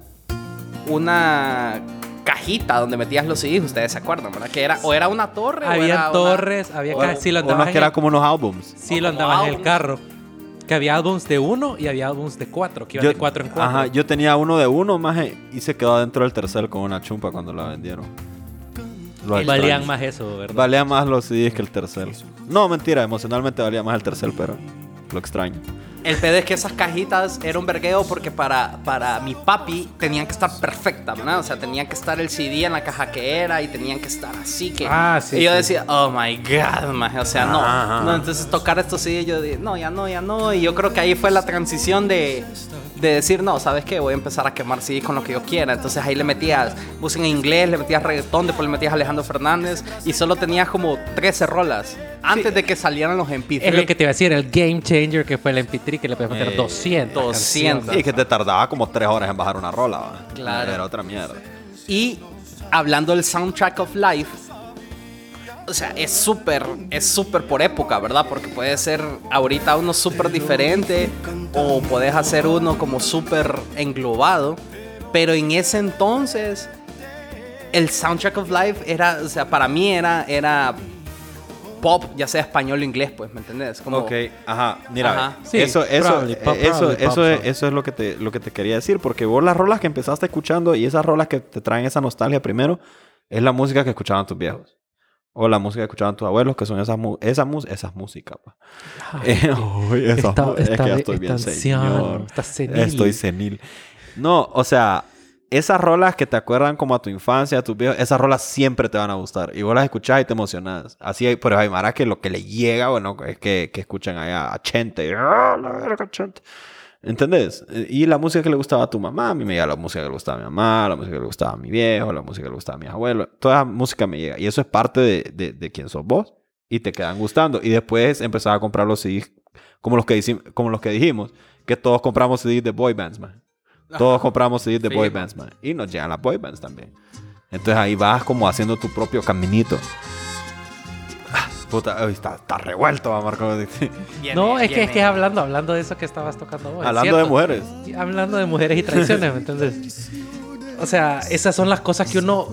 Speaker 3: una cajita donde metías los CDs, ustedes se acuerdan, ¿verdad? Que era, o era una torre o era
Speaker 2: Había
Speaker 3: una-
Speaker 2: torres, había
Speaker 1: O-
Speaker 2: ca- sí lo
Speaker 1: o no,
Speaker 2: andabas
Speaker 1: es que era
Speaker 2: en,
Speaker 1: como unos álbums.
Speaker 2: sí
Speaker 3: o
Speaker 2: lo
Speaker 3: como
Speaker 2: andabas en el
Speaker 3: álbum.
Speaker 2: carro. Que había álbums de uno y había álbums de cuatro, que iban de cuatro en cuatro.
Speaker 1: Ajá, yo tenía uno de uno, maje, y se quedó dentro del tercer con una chumpa cuando la vendieron. Lo
Speaker 2: Y valían
Speaker 1: extraño.
Speaker 2: más eso, ¿verdad?
Speaker 1: Valía más los CDs que el tercer. No, mentira, emocionalmente valía más el tercer, pero lo extraño.
Speaker 3: El pedo es que esas cajitas era un vergueo porque para, para mi papi tenían que estar perfectas, ¿verdad? O sea, tenía que estar el CD en la caja que era y tenían que estar así que...
Speaker 2: Ah, sí,
Speaker 3: Y yo
Speaker 2: sí.
Speaker 3: decía, oh my God, maje", o sea, no.
Speaker 1: Ajá.
Speaker 3: No, Entonces tocar estos CD yo dije, no, ya no, ya no. Y yo creo que ahí fue la transición de, de decir, no, ¿sabes qué? Voy a empezar a quemar CDs con lo que yo quiera. Entonces ahí le metías música en inglés, le metías reggaetón, después le metías Alejandro Fernández y solo tenías como 13 rolas antes de que salieran los MP3.
Speaker 2: Es lo que te iba a decir, el game changer que fue el MP3 que le podías meter
Speaker 1: Eh,
Speaker 2: 200.
Speaker 3: 200.
Speaker 1: Y que te tardaba como tres horas en bajar una rola, ¿va?
Speaker 3: Claro.
Speaker 1: Era otra mierda.
Speaker 3: Y hablando del soundtrack of life, o sea, es súper, es súper por época, ¿verdad? Porque puede ser ahorita uno súper diferente o puedes hacer uno como súper englobado. Pero en ese entonces, el soundtrack of life era, o sea, para mí era, era pop, ya sea español o inglés, pues, ¿me entendés? Como,
Speaker 1: Ok, ajá. Mira,
Speaker 3: Ajá.
Speaker 1: ve,
Speaker 2: Sí,
Speaker 1: eso, eso,
Speaker 2: probably,
Speaker 1: eh,
Speaker 2: pop,
Speaker 1: eso,
Speaker 2: probably,
Speaker 1: eso,
Speaker 2: pop
Speaker 1: es,
Speaker 2: song.
Speaker 1: eso es lo que te, lo que te quería decir, porque vos las rolas que empezaste escuchando y esas rolas que te traen esa nostalgia primero es la música que escuchaban tus viejos o la música que escuchaban tus abuelos, que son esas mu- esas mu- esas músicas. pa. Eh, uy, esas
Speaker 2: Está-
Speaker 1: mu- es que
Speaker 2: está-
Speaker 1: ya estoy
Speaker 2: está
Speaker 1: bien
Speaker 2: anciano,
Speaker 1: señor.
Speaker 2: está senil.
Speaker 1: Estoy senil. No, o sea, esas rolas que te acuerdan como a tu infancia, a tus viejos, esas rolas siempre te van a gustar. Y vos las escuchás y te emocionás. Así, hay- pero Aymara que lo que le llega, bueno, es que, que escuchan allá a Chente. ¡Ah, la verga, Chente! ¿Entendés? Y la música que le gustaba a tu mamá, a mí me llega la música que le gustaba a mi mamá, la música que le gustaba a mi viejo, la música que le gustaba a mis abuelos. Toda esa música me llega. Y eso es parte de, de, de quién sos vos. Y te quedan gustando. Y después empezaba a comprar los CDs como los que, dicim- como los que dijimos, que todos compramos CDs de boy bands, man. Todos compramos CDs de boy
Speaker 3: Fijo.
Speaker 1: bands, man. Y nos llegan las boy bands también. Entonces ahí vas como haciendo tu propio caminito. Ah, Puta, uy, está, está revuelto, va, Marco.
Speaker 3: viene-
Speaker 2: No, es que, es
Speaker 3: viene-
Speaker 2: que hablando, hablando de eso que estabas tocando vos. es
Speaker 1: Hablando de
Speaker 2: cierto.
Speaker 1: mujeres.
Speaker 2: Hablando de mujeres y traiciones, ¿me entiendes? O sea, esas son las cosas que uno.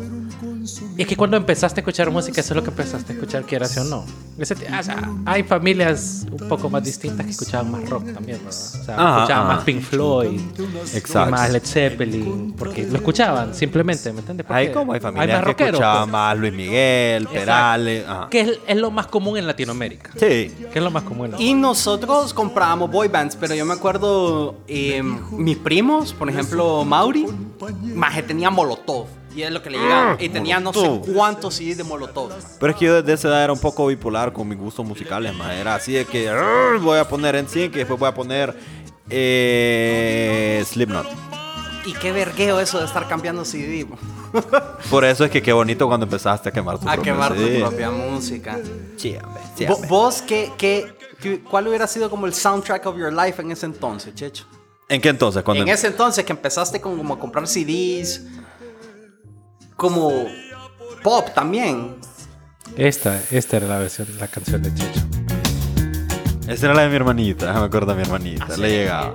Speaker 2: Es que cuando empezaste a escuchar música, eso es lo que empezaste a escuchar, quieras o no. Ese t- o sea, hay familias un poco más distintas que escuchaban más rock también, ¿verdad? O sea,
Speaker 1: Ajá,
Speaker 2: escuchaban
Speaker 1: ajá.
Speaker 2: más Pink Floyd,
Speaker 1: Ah, Exacto.
Speaker 2: más Led Zeppelin, porque lo escuchaban simplemente, ¿me entiendes? Porque
Speaker 1: Hay como hay familias
Speaker 2: más
Speaker 1: que
Speaker 2: rockeros,
Speaker 1: escuchaban
Speaker 2: pues,
Speaker 1: más Luis Miguel, Perales. ajá.
Speaker 2: Ah. que es, es lo más común en Latinoamérica.
Speaker 1: Sí.
Speaker 2: Que es lo más común en Latinoamérica.
Speaker 3: Y nosotros comprábamos boy bands, pero yo me acuerdo eh, mis primos, por ejemplo, Mauri, más que tenía Molotov. Y es lo que le llegaba. Y tenía no sé
Speaker 1: Ah, Molotov.
Speaker 3: cuántos CDs de Molotov. ma.
Speaker 1: Pero es que yo desde esa edad era un poco bipolar con mis gustos musicales, más. Era así de que "Arr, voy a poner en sync y después voy a poner eh, Slipknot.
Speaker 3: Y qué vergueo eso de estar cambiando CD. ma.
Speaker 1: Por eso es que qué bonito cuando empezaste a quemar tu
Speaker 3: A
Speaker 1: propio
Speaker 3: quemar tu
Speaker 1: CD.
Speaker 3: propia música.
Speaker 1: Sí, hombre, sí,
Speaker 3: Vo-
Speaker 1: hombre.
Speaker 3: ¿Vos qué, qué, qué- cuál hubiera sido como el soundtrack of your life en ese entonces, Checho?
Speaker 1: ¿En qué entonces? Cuando
Speaker 3: En ese entonces que empezaste con, como a comprar CDs, como pop también.
Speaker 2: Esta, esta era la versión, la canción de Checho.
Speaker 1: Esa era la de mi hermanita, me acuerdo de mi hermanita,
Speaker 2: Ah,
Speaker 1: le llegaba.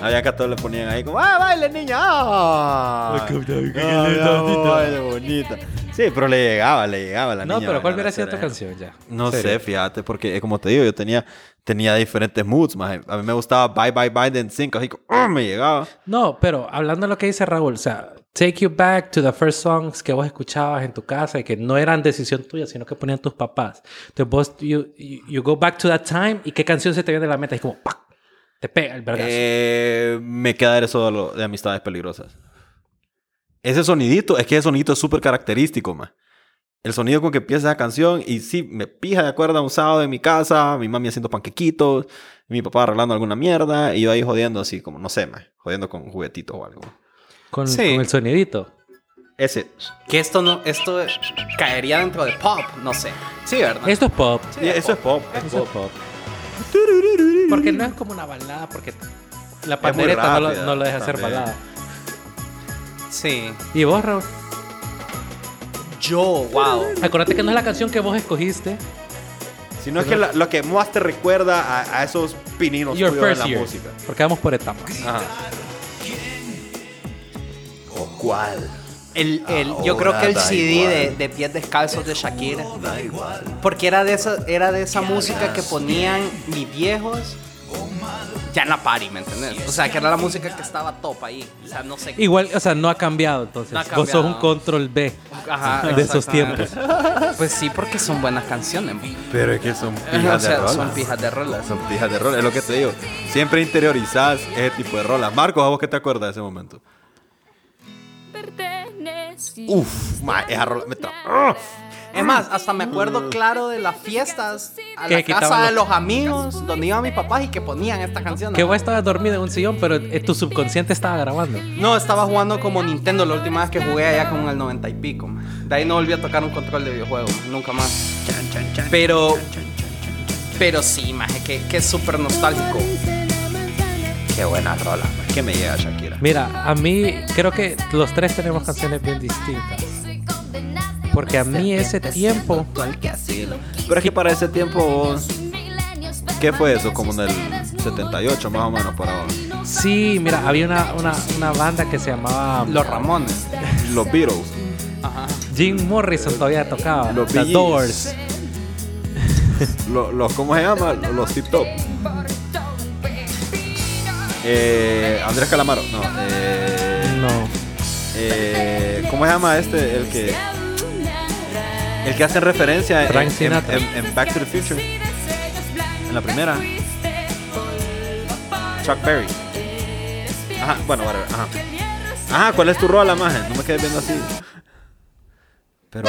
Speaker 1: Había que a todos le ponían ahí como, ¡ah, baile, niña! ¡Ah,
Speaker 2: Ay, qué- qué- qué
Speaker 1: Ah,
Speaker 2: linda, bonita.
Speaker 1: baile, bonita! Sí, pero le llegaba, le llegaba a la
Speaker 2: No,
Speaker 1: niña.
Speaker 2: pero ¿cuál
Speaker 1: bailar
Speaker 2: hubiera sido
Speaker 1: esa
Speaker 2: tu
Speaker 1: oreja.
Speaker 2: canción ya?
Speaker 1: No
Speaker 2: Serio.
Speaker 1: sé, fíjate, porque eh, como te digo, yo tenía, tenía diferentes moods. maje. A mí me gustaba Bye Bye Bye de NSYNC, así que ah, me llegaba.
Speaker 2: No, pero hablando de lo que dice Raúl, o sea, take you back to the first songs que vos escuchabas en tu casa y que no eran decisión tuya, sino que ponían tus papás. Entonces vos, you, you- you go back to that time y qué canción se te viene de la mente. Es como, ¡pac! Te pega el vergazo.
Speaker 1: Eh, me queda eso de, lo- de amistades peligrosas. Ese sonidito, es que ese sonidito es súper característico, más. El sonido con que empieza la canción y sí, me pija de acuerdo a un sábado en mi casa, mi mami haciendo panquequitos, mi papá arreglando alguna mierda y yo ahí jodiendo así como, no sé, más, jodiendo con juguetitos o algo.
Speaker 2: con,
Speaker 3: sí.
Speaker 2: con el sonidito.
Speaker 1: Ese.
Speaker 3: Que esto no, esto caería dentro de pop, no sé. Sí, ¿verdad?
Speaker 2: Esto es pop.
Speaker 3: Sí,
Speaker 1: Y eso es pop. es
Speaker 2: Eso
Speaker 1: pop.
Speaker 2: es pop. Porque no es como una balada, porque la
Speaker 1: muy
Speaker 2: pandereta no lo,
Speaker 1: rápida,
Speaker 2: no lo deja hacer
Speaker 1: también.
Speaker 2: balada.
Speaker 3: Sí.
Speaker 2: Y vos, Raúl,
Speaker 3: Yo, wow.
Speaker 2: acuérdate que no es la canción que vos escogiste.
Speaker 1: Sino es que la- lo que más te recuerda a, a esos pininos
Speaker 2: Your
Speaker 1: tuyos en
Speaker 2: first
Speaker 1: la
Speaker 2: year.
Speaker 1: música.
Speaker 2: Porque vamos por etapas. Ah.
Speaker 1: Ajá. ¿O cuál?
Speaker 3: El, el- yo creo que el
Speaker 1: Ahora da
Speaker 3: CD de,
Speaker 1: igual.
Speaker 3: de Pies Descalzos de Shakira.
Speaker 1: Da igual.
Speaker 3: Porque era de esa, era de esa música que ponían mis viejos ya en la party, ¿me entendés? O sea, que era la música que estaba top ahí. O sea, no sé.
Speaker 2: Igual, o sea, no ha cambiado entonces.
Speaker 3: No ha
Speaker 2: Vos sos un
Speaker 3: cambiado.
Speaker 2: control B
Speaker 3: Ajá,
Speaker 2: de esos
Speaker 3: exactamente.
Speaker 2: tiempos.
Speaker 3: Pues sí, porque son buenas canciones. mo.
Speaker 1: Pero es que son
Speaker 3: O
Speaker 1: pijas de
Speaker 3: sea,
Speaker 1: rolas.
Speaker 3: son pijas de rolas.
Speaker 1: Son pijas de rolas, es lo que te digo. Siempre interiorizás ese tipo de rolas. Marcos, ¿a vos qué te acuerdas de ese momento? Uf, ma, esa rola me tra- ¡Ah!
Speaker 3: Es más, hasta me acuerdo claro de las fiestas a la
Speaker 2: Que quitaban
Speaker 3: casa de
Speaker 2: los-
Speaker 3: los amigos donde iban mis papás y que ponían esta canción.
Speaker 2: Que vos estabas dormido en un sillón, pero eh, tu subconsciente estaba grabando.
Speaker 3: No, estaba jugando como Nintendo la última vez que jugué allá con el 90 y pico. man. De ahí no volví a tocar un control de videojuego, man, nunca más. Pero, pero sí, maje, que, que es súper nostálgico.
Speaker 1: Qué buena rola, ma, que me llega Shakira.
Speaker 2: Mira, a mí creo que los tres tenemos canciones bien distintas. Porque a mí ese tiempo,
Speaker 1: Pero es que para ese tiempo vos- ¿Qué fue eso? Como en el 78 más o menos para vos.
Speaker 2: sí, mira, había una, una, una banda que se llamaba
Speaker 3: Los Ramones.
Speaker 1: Los Beatles.
Speaker 3: Ajá.
Speaker 2: Jim Morrison todavía tocaba.
Speaker 1: Los
Speaker 2: The
Speaker 1: Bee Gees.
Speaker 2: Doors.
Speaker 1: Los, los- ¿Cómo se llama? Los Tip Top. Eh, Andrés Calamaro. No. Eh,
Speaker 2: No.
Speaker 1: eh, ¿Cómo se llama este? El que, el que hace referencia en-
Speaker 2: Frank
Speaker 1: en,
Speaker 2: Sinatra.
Speaker 1: en- en Back to the Future. En la primera. Chuck Berry. Ajá, bueno, whatever, Ajá. Ajá, ¿cuál es tu rola, maje? No me quedes viendo así. Pero.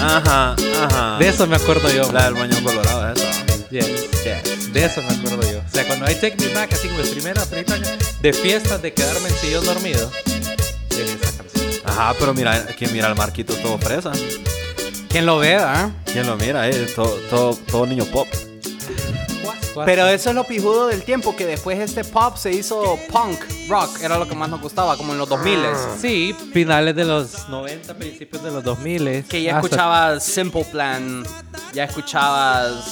Speaker 1: Ajá, ajá.
Speaker 2: De eso me acuerdo yo.
Speaker 1: La del baño colorado, esa.
Speaker 2: Yes.
Speaker 1: Yes.
Speaker 2: De eso me acuerdo yo. O sea, cuando hay Take Me Back, así como el primer primer año de fiestas de quedarme en sillón dormido, es esa canción.
Speaker 1: Ajá, pero mira, que mira al Marquito todo fresa.
Speaker 3: Quien lo ah? vea,
Speaker 1: ¿Quién lo mira? Eh? Todo, todo, todo niño pop.
Speaker 3: Pero eso es lo pijudo del tiempo, que después este pop se hizo punk, rock, era lo que más nos gustaba, como en los 2000
Speaker 1: Ah.
Speaker 2: Sí, finales de los 90, principios de los 2000.
Speaker 3: Que ya
Speaker 2: hasta-
Speaker 3: escuchabas Simple Plan, ya escuchabas...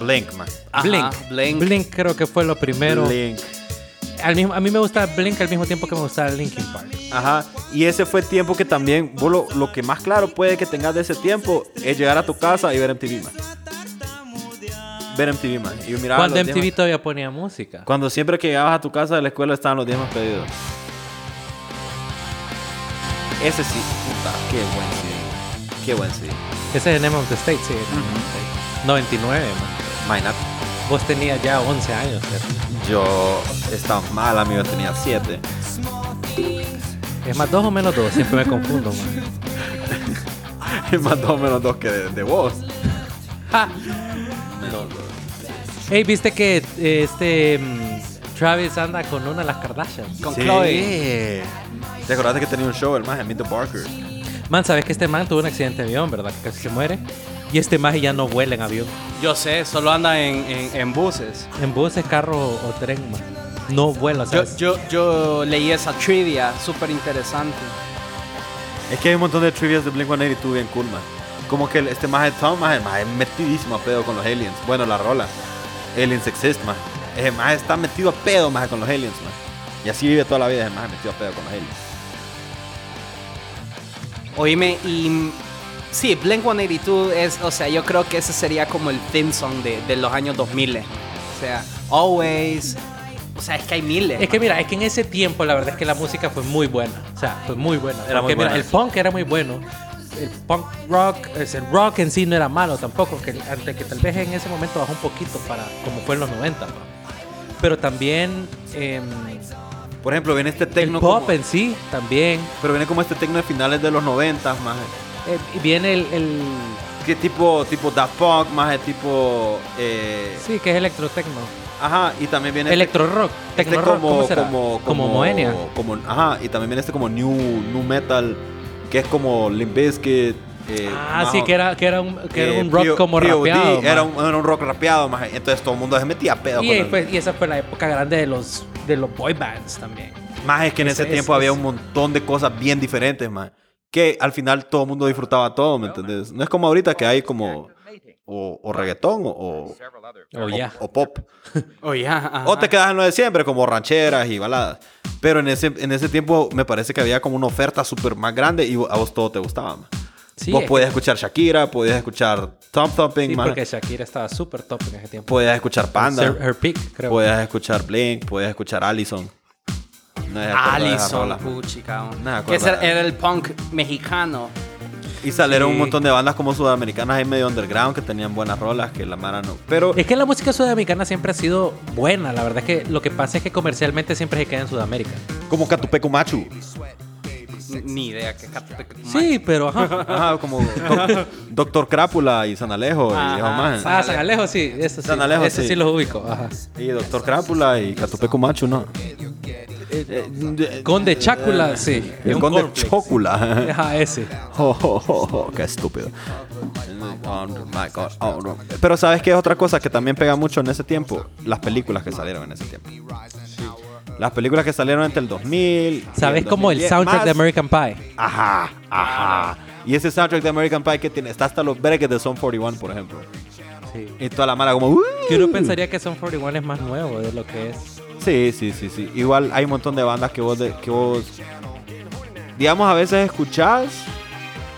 Speaker 1: Blink, man.
Speaker 3: ajá,
Speaker 2: Blink.
Speaker 3: Blink.
Speaker 2: Blink creo que fue lo primero.
Speaker 1: Blink.
Speaker 2: al mismo- a mí me gusta Blink al mismo tiempo que me gusta Linkin Park.
Speaker 1: Ajá. Y ese fue tiempo que también, vos lo, lo que más claro puede que tengas de ese tiempo es llegar a tu casa y ver MTV, man. Ver MTV, man. Y miraba
Speaker 2: Cuando
Speaker 1: los
Speaker 2: MTV
Speaker 1: diez más-
Speaker 2: todavía ponía música.
Speaker 1: Cuando siempre que llegabas a tu casa de la escuela estaban los 10 más pedidos. Ese sí, puta, qué buen sí. Qué buen sí.
Speaker 2: Ese es el Name of the State, sí. el Name of the State. 99, man.
Speaker 1: Minap.
Speaker 2: Vos tenías ya 11 años, ¿cierto?
Speaker 1: Yo estaba mal, amigo, tenía 7.
Speaker 2: Es más, dos o menos dos, siempre me confundo, man.
Speaker 1: Más dos menos dos que de, de vos.
Speaker 2: Ey, ¿viste que eh, este mm, Travis anda con una de las Kardashians?
Speaker 3: Con
Speaker 1: Sí.
Speaker 3: Chloe.
Speaker 1: ¿Te acordaste que tenía un show, el más, en Meet the Barker?
Speaker 2: Man, ¿sabes que este man tuvo un accidente de avión, verdad? Que casi se muere. Y este man ya no vuela en avión.
Speaker 3: Yo sé, solo anda en, en- en buses.
Speaker 2: En buses, carro o tren, man. No vuela,
Speaker 3: Yo,
Speaker 2: ¿sabes?
Speaker 3: yo, yo leí esa trivia, súper interesante.
Speaker 1: Es que hay un montón de trivias de Blink-182 bien cool, man. Como que el- este maje Tom, maje, el maje es metidísimo a pedo con los aliens. Bueno, la rola. Aliens exist, maje. Ese maje está metido a pedo, maje, con los aliens, maje. Y así vive toda la vida, ese maje metido a pedo con los aliens.
Speaker 3: Oíme, y. Sí, Blink 182 es. O sea, yo creo que ese sería como el theme song de, de los años 2000. O sea, Always. O sea, es que hay miles.
Speaker 2: Es que mira, es que en ese tiempo la verdad es que la música fue muy buena. O sea, fue muy buena.
Speaker 1: Era
Speaker 2: Porque
Speaker 1: muy
Speaker 2: mira,
Speaker 1: buena.
Speaker 2: el punk era muy bueno. El punk rock, es el rock en sí no era malo tampoco, que antes que tal vez en ese momento bajó un poquito para como fue en los 90. ¿no? Pero también em,
Speaker 1: Por ejemplo, viene este
Speaker 2: el
Speaker 1: techno.
Speaker 2: pop
Speaker 1: como-
Speaker 2: en sí también.
Speaker 1: pero viene como este techno de finales de los 90, maje.
Speaker 2: Eh, y viene el, el-
Speaker 1: Que tipo, tipo Daft Punk, maje, tipo. eh,
Speaker 2: sí, que es electrotecno.
Speaker 1: Ajá, y también viene. este-
Speaker 2: Electro rock,
Speaker 1: Este
Speaker 2: techno rock, ¿cómo será? Como, Moenia.
Speaker 1: Como, ajá, y también viene este como new, new metal, que es como Limp Bizkit. eh,
Speaker 2: Ah,
Speaker 1: más
Speaker 2: sí,
Speaker 1: o-
Speaker 2: que era, que era un, que era
Speaker 1: eh,
Speaker 2: un rock
Speaker 1: P.O.
Speaker 2: como
Speaker 1: POD,
Speaker 2: rapeado. man.
Speaker 1: Era un, era un rock rapeado, más. Entonces todo el mundo se metía a pedo
Speaker 2: Y,
Speaker 1: con
Speaker 2: ahí
Speaker 1: el-
Speaker 2: fue- y esa fue la época grande de los, de los boy bands también.
Speaker 1: Más es que en ese
Speaker 2: Ese- ese-
Speaker 1: tiempo había
Speaker 2: ese.
Speaker 1: un montón de cosas bien diferentes, más. Que al final todo el mundo disfrutaba todo, ¿me entendés? No es como ahorita que hay como. O, o reggaetón o, o,
Speaker 2: Oh, ya.
Speaker 1: o pop.
Speaker 3: Oh, ya, ajá.
Speaker 1: O te quedas en lo de siempre, como rancheras y baladas. Pero en ese, en ese tiempo me parece que había como una oferta súper más grande y a vos todo te gustaba. ma.
Speaker 2: Sí,
Speaker 1: vos
Speaker 2: es
Speaker 1: podías escuchar Shakira, podías escuchar Thump
Speaker 2: que-
Speaker 1: Thumping,
Speaker 2: sí,
Speaker 1: ma.
Speaker 2: porque Shakira estaba súper top en ese tiempo.
Speaker 1: podías escuchar Panda,
Speaker 2: Her, her peak, creo.
Speaker 1: podías escuchar Blink, podías escuchar Allison. Ah, No se acuerda de esas
Speaker 3: Allison,
Speaker 1: rolas, ma.
Speaker 3: puchi, cabrón.
Speaker 1: No me acuerdo
Speaker 3: Que ese
Speaker 1: de-
Speaker 3: era el punk mexicano.
Speaker 1: Y salieron
Speaker 2: Sí.
Speaker 1: un montón de bandas como sudamericanas ahí medio underground que tenían buenas rolas que la Mara no. Pero
Speaker 2: Es que la música sudamericana siempre ha sido buena. La verdad es que lo que pasa es que comercialmente siempre se queda en Sudamérica.
Speaker 1: como Catupecu Machu.
Speaker 3: N- Ni idea que Sí.
Speaker 2: Sí, pero ajá.
Speaker 1: Ajá, como Doc- Doctor Crápula y San Alejo y
Speaker 3: Ajá,
Speaker 1: esos majes.
Speaker 2: Ah, San Alejo sí, eso sí.
Speaker 1: San Alejo,
Speaker 2: ese sí.
Speaker 1: sí.
Speaker 2: los ubico. Ajá.
Speaker 1: Y Doctor Crápula y Catupecu Machu, ¿no?
Speaker 2: Conde Chácula, sí.
Speaker 1: El
Speaker 2: Un
Speaker 1: conde
Speaker 2: cornflakes.
Speaker 1: Chocula.
Speaker 2: Ajá, ese.
Speaker 1: Oh, oh, oh, oh, qué estúpido. Oh, my God. Oh, no. Pero sabes que es otra cosa que también pega mucho en ese tiempo, las películas que salieron en ese tiempo. Las películas que salieron entre el 2000. y
Speaker 2: ¿Sabes cómo el
Speaker 1: 2010?
Speaker 2: soundtrack
Speaker 1: Más-
Speaker 2: de American Pie?
Speaker 1: Ajá, ajá. Y ese soundtrack de American Pie que tiene, está hasta los breques de Son 41, por ejemplo.
Speaker 2: Sí.
Speaker 1: Y toda la mala como... "Uh".
Speaker 2: Que uno pensaría que Son 41 es más nuevo de lo que es.
Speaker 1: Sí, sí, sí, sí. Igual hay un montón de bandas que vos, de- que vos, digamos, a veces escuchás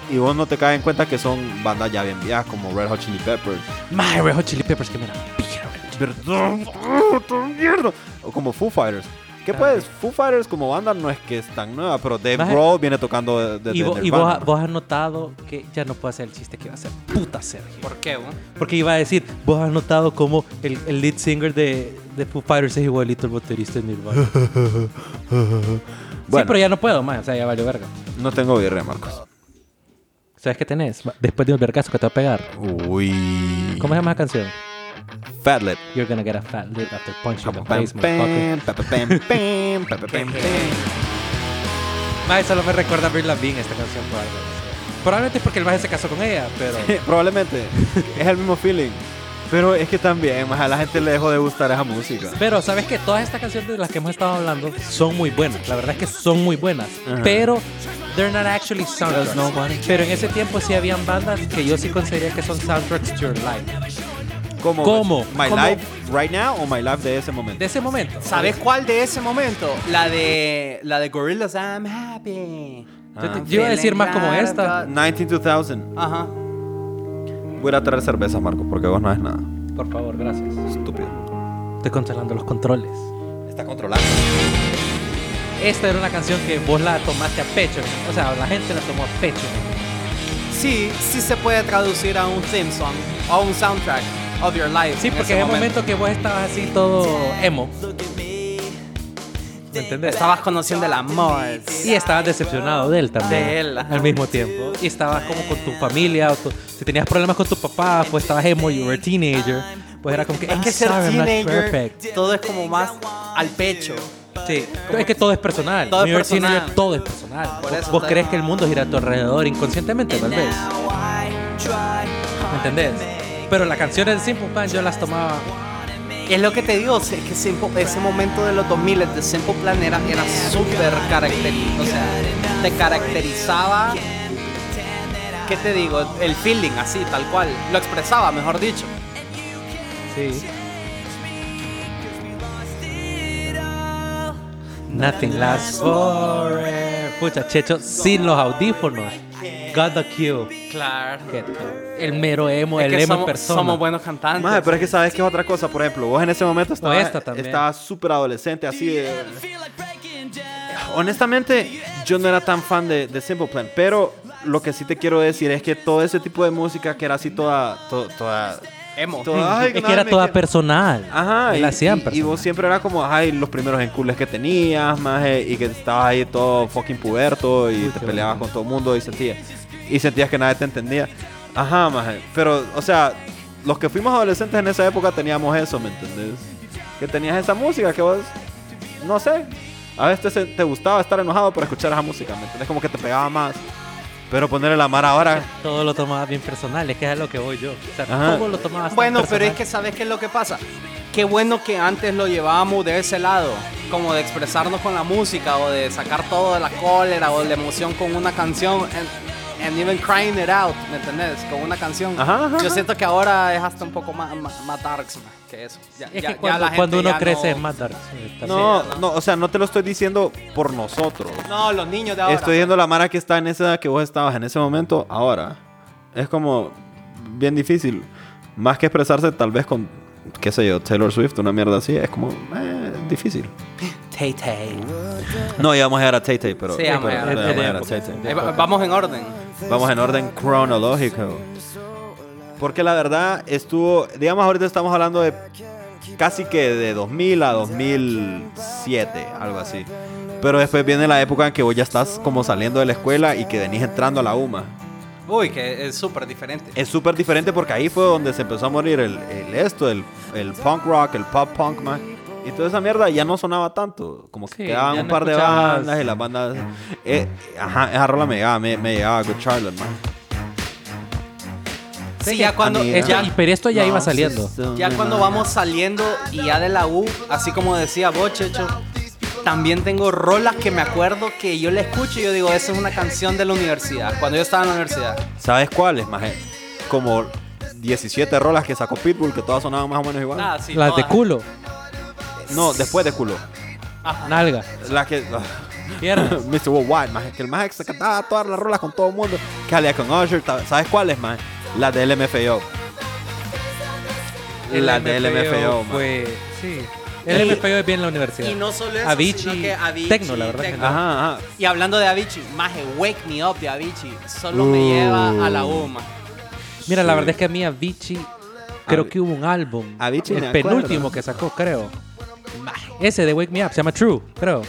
Speaker 1: y vos no te caes en cuenta que son bandas ya bien viejas como Red Hot Chili Peppers.
Speaker 2: My Red Hot Chili Peppers, que mira.
Speaker 1: Pero- mierda. O como Foo Fighters. Que pues, Foo Fighters como banda no es que es tan nueva, pero Dave
Speaker 2: Maje.
Speaker 1: Grohl viene tocando de- desde
Speaker 2: Y, vo- y
Speaker 1: Nirvana.
Speaker 2: vos, vos has notado que ya no puedo hacer el chiste que iba a hacer. Puta Sergio.
Speaker 3: ¿Por qué, vos?
Speaker 2: Porque iba a decir, vos has notado como el, el lead singer de, de Foo Fighters es igualito al baterista de Nirvana. Sí,
Speaker 1: Bueno.
Speaker 2: pero ya no puedo más. O sea, ya valió verga.
Speaker 1: No tengo birria, Marcos.
Speaker 2: ¿Sabes qué tenés? Va- Después de un vergazo que te va a pegar.
Speaker 1: Uy.
Speaker 2: ¿Cómo se llama esa canción?
Speaker 1: Fatlet.
Speaker 2: You're gonna get a fat lip after punch in the
Speaker 1: Pam,
Speaker 2: face,
Speaker 1: pam,
Speaker 2: motherfucker.
Speaker 1: pam, pam, pam, pam, pam,
Speaker 2: Mae, solo me recuerda a Avril Lavigne esta canción por algo. Probablemente es porque el maje se casó con ella, pero...
Speaker 1: Probablemente. Es el mismo feeling. Pero es que también, más a la gente le dejó de gustar esa música.
Speaker 2: Pero sabes que todas estas canciones de las que hemos estado hablando son muy buenas. La verdad es que son muy buenas.
Speaker 1: Ajá.
Speaker 2: Pero they're not actually soundtracks. Pero en ese tiempo sí habían bandas que yo sí consideraría que son soundtracks to your life.
Speaker 1: ¿Cómo?
Speaker 2: ¿Cómo?
Speaker 1: ¿My
Speaker 3: ¿Cómo?
Speaker 1: life right now o my life de ese momento?
Speaker 2: De ese momento.
Speaker 3: ¿Sabes cuál de ese momento? La de la de Gorillaz I'm happy.
Speaker 1: Ah. Yo te-
Speaker 2: yo iba a decir más como
Speaker 3: Feeling
Speaker 2: esta.
Speaker 1: 19-2000.
Speaker 3: Ajá.
Speaker 1: Voy a ir a traer cerveza, Marco, porque vos no haces nada.
Speaker 2: Por favor, gracias.
Speaker 1: Estúpido.
Speaker 2: Estoy controlando los controles.
Speaker 1: Está controlando.
Speaker 2: Esta era una canción que vos la tomaste a pecho. O sea, la gente la tomó a pecho.
Speaker 3: Sí, sí se puede traducir a un theme song o un soundtrack of your life.
Speaker 2: Sí,
Speaker 3: en
Speaker 2: porque
Speaker 3: ese
Speaker 2: en el momento que vos estabas así todo emo. ¿Me entendés?
Speaker 3: estabas conociendo el amor.
Speaker 2: Y estabas decepcionado de él también.
Speaker 3: De él, ajá.
Speaker 2: Al mismo tiempo. Y estabas como con tu familia. O tu- si tenías problemas con tu papá, pues estabas emo, you were a teenager. Pues era como que.
Speaker 3: Ah, Es que
Speaker 2: "I'm
Speaker 3: ser
Speaker 2: sorry, I'm not
Speaker 3: teenager,
Speaker 2: perfect".
Speaker 3: todo es como más al pecho.
Speaker 2: Sí, es que todo es personal.
Speaker 3: Todo es
Speaker 2: New York
Speaker 3: personal.
Speaker 2: Teenager, todo es personal.
Speaker 3: Por
Speaker 2: Vos-
Speaker 3: eso
Speaker 2: vos
Speaker 3: te-
Speaker 2: crees que el mundo gira a tu alrededor inconscientemente, tal vez. ¿Me entendés? Pero la canción del Simple Plan yo las tomaba.
Speaker 3: Es lo que te digo, es que Simple- ese momento de los 2000 de Simple Plan era, era súper característico. O sea, te caracterizaba. ¿Qué te digo? El feeling, así, tal cual. Lo expresaba, mejor dicho.
Speaker 2: Sí. Nothing lasts forever. Pucha, Checho, sin los audífonos. Got the cue.
Speaker 3: Claro.
Speaker 2: Que- El mero emo, el emo en
Speaker 3: somos,
Speaker 2: persona.
Speaker 3: somos buenos cantantes.
Speaker 1: Madre, pero es que sabes que es otra cosa. Por ejemplo, vos en ese momento estabas
Speaker 2: esta también.
Speaker 1: estabas súper adolescente, así de. Honestamente, yo no era tan fan de, de Simple Plan, pero lo que sí te quiero decir es que todo ese tipo de música que era así toda. to- toda,
Speaker 3: Emo.
Speaker 1: toda- ay,
Speaker 2: es que
Speaker 1: nada,
Speaker 2: era
Speaker 1: me
Speaker 2: toda
Speaker 1: quiero-
Speaker 2: personal.
Speaker 1: Ajá,
Speaker 2: Me
Speaker 1: y,
Speaker 2: la hacían
Speaker 1: y- y
Speaker 2: personal.
Speaker 1: vos siempre era como, ay, los primeros encules que tenías, más, eh, y que estabas ahí todo fucking puberto y te
Speaker 2: qué
Speaker 1: peleabas con todo el mundo y sentías, y sentías que nadie te entendía. Ajá, más, eh, pero, o sea, los que fuimos adolescentes en esa época teníamos eso, ¿me entendés? Que tenías esa música que vos, no sé, a veces te, te gustaba estar enojado por escuchar esa música, ¿me entendés? Como que te pegaba más. Pero ponerle la mar ahora,
Speaker 2: Todo lo tomaba bien personal, es que es a lo que voy yo. O sea,
Speaker 1: Ajá.
Speaker 2: todo lo tomaba tan
Speaker 3: Bueno, pero es
Speaker 2: personal.
Speaker 3: que sabes qué es lo que pasa. Qué bueno que antes lo llevábamos de ese lado, como de expresarnos con la música o de sacar todo de la cólera o de la emoción con una canción and, and even crying it out, ¿me entendés? Con una canción.
Speaker 1: Ajá, ajá,
Speaker 3: Yo
Speaker 1: ajá.
Speaker 3: siento que ahora es hasta un poco más, más, más darks man, que eso. Ya-
Speaker 2: Es
Speaker 3: ya-
Speaker 2: que
Speaker 3: ya
Speaker 2: cuando,
Speaker 3: la gente
Speaker 2: cuando
Speaker 3: ya
Speaker 2: uno crece
Speaker 3: no-
Speaker 2: es más dark. eh, sí, tal vez.
Speaker 1: no,
Speaker 3: ¿verdad?
Speaker 1: no, o sea, no te lo estoy diciendo por nosotros.
Speaker 3: No, los niños de ahora. pues.
Speaker 1: Estoy viendo la mara que está en esa edad que vos estabas en ese momento, ahora. Es como bien difícil. Más que expresarse tal vez con, qué sé yo, Taylor Swift, una mierda así, es como eh, difícil.
Speaker 3: Tay Tay.
Speaker 1: No, íbamos a llegar a Tay Tay, pero,
Speaker 3: Sí,
Speaker 1: pero-
Speaker 3: vamos a llegar a Em,
Speaker 1: pero
Speaker 2: Tay Tay.
Speaker 1: íbamos a llegar a Tay
Speaker 3: Ahí Eh, va- Vamos en orden.
Speaker 1: Tay. Vamos en orden cronológico. Porque la verdad estuvo, digamos ahorita estamos hablando de casi que de 2000 a 2007, algo así. Pero después viene la época en que vos ya estás como saliendo de la escuela y que venís entrando a la UMA.
Speaker 3: Uy, que es súper diferente.
Speaker 1: es súper diferente porque ahí fue donde se empezó a morir el, el esto, el, el punk rock, el pop punk, man. Y toda esa mierda ya no sonaba tanto. Como que
Speaker 2: Sí,
Speaker 1: quedaban
Speaker 2: ya
Speaker 1: un
Speaker 2: no
Speaker 1: par de
Speaker 2: escuchabas.
Speaker 1: bandas y las bandas. eh, ajá, esa rola me llegaba, me, me llegaba Good Charlotte, man.
Speaker 3: Sí, ya cuando.
Speaker 1: Amiga.
Speaker 3: ya-
Speaker 2: Y- pero esto ya iba saliendo.
Speaker 3: Ya cuando vamos saliendo y ya de la U, así como decía vos, Checho, también tengo rolas que me acuerdo que yo la escucho y yo digo, esa es una canción de la universidad, cuando yo estaba en la universidad.
Speaker 1: ¿Sabes cuáles, maje? Como 17 rolas que sacó Pitbull que todas sonaban más o menos igual.
Speaker 3: Ah, sí,
Speaker 2: Las de
Speaker 3: todas.
Speaker 2: culo,
Speaker 1: No, después de culo.
Speaker 2: nalga,
Speaker 1: Las que. ah,
Speaker 2: piernas.
Speaker 1: Mr. Worldwide, maje. Que el maje se cantaba todas las rolas con todo el mundo. Que salía con Usher. ta- ¿Sabes cuáles, maje? Las del MFAO. Las del MFAO, maje.
Speaker 2: fue. Sí. El MFAO es bien la universidad.
Speaker 3: Y no solo eso,
Speaker 2: Avicii,
Speaker 3: sino que Avicii,
Speaker 2: Tecno, la verdad. que
Speaker 3: Tecno.
Speaker 2: no.
Speaker 1: Ajá, ajá.
Speaker 3: Y hablando de Avicii, maje, Wake Me Up de Avicii, solo me
Speaker 1: Uh.
Speaker 3: lleva a la U, maje.
Speaker 2: Mira, la
Speaker 1: Sí.
Speaker 2: verdad es que a mí Avicii, creo
Speaker 1: Avi-
Speaker 2: que hubo un álbum,
Speaker 1: Avicii, me
Speaker 2: el
Speaker 1: acuerdo.
Speaker 2: penúltimo que sacó, creo. Ese de Wake Me Up, se llama True, creo.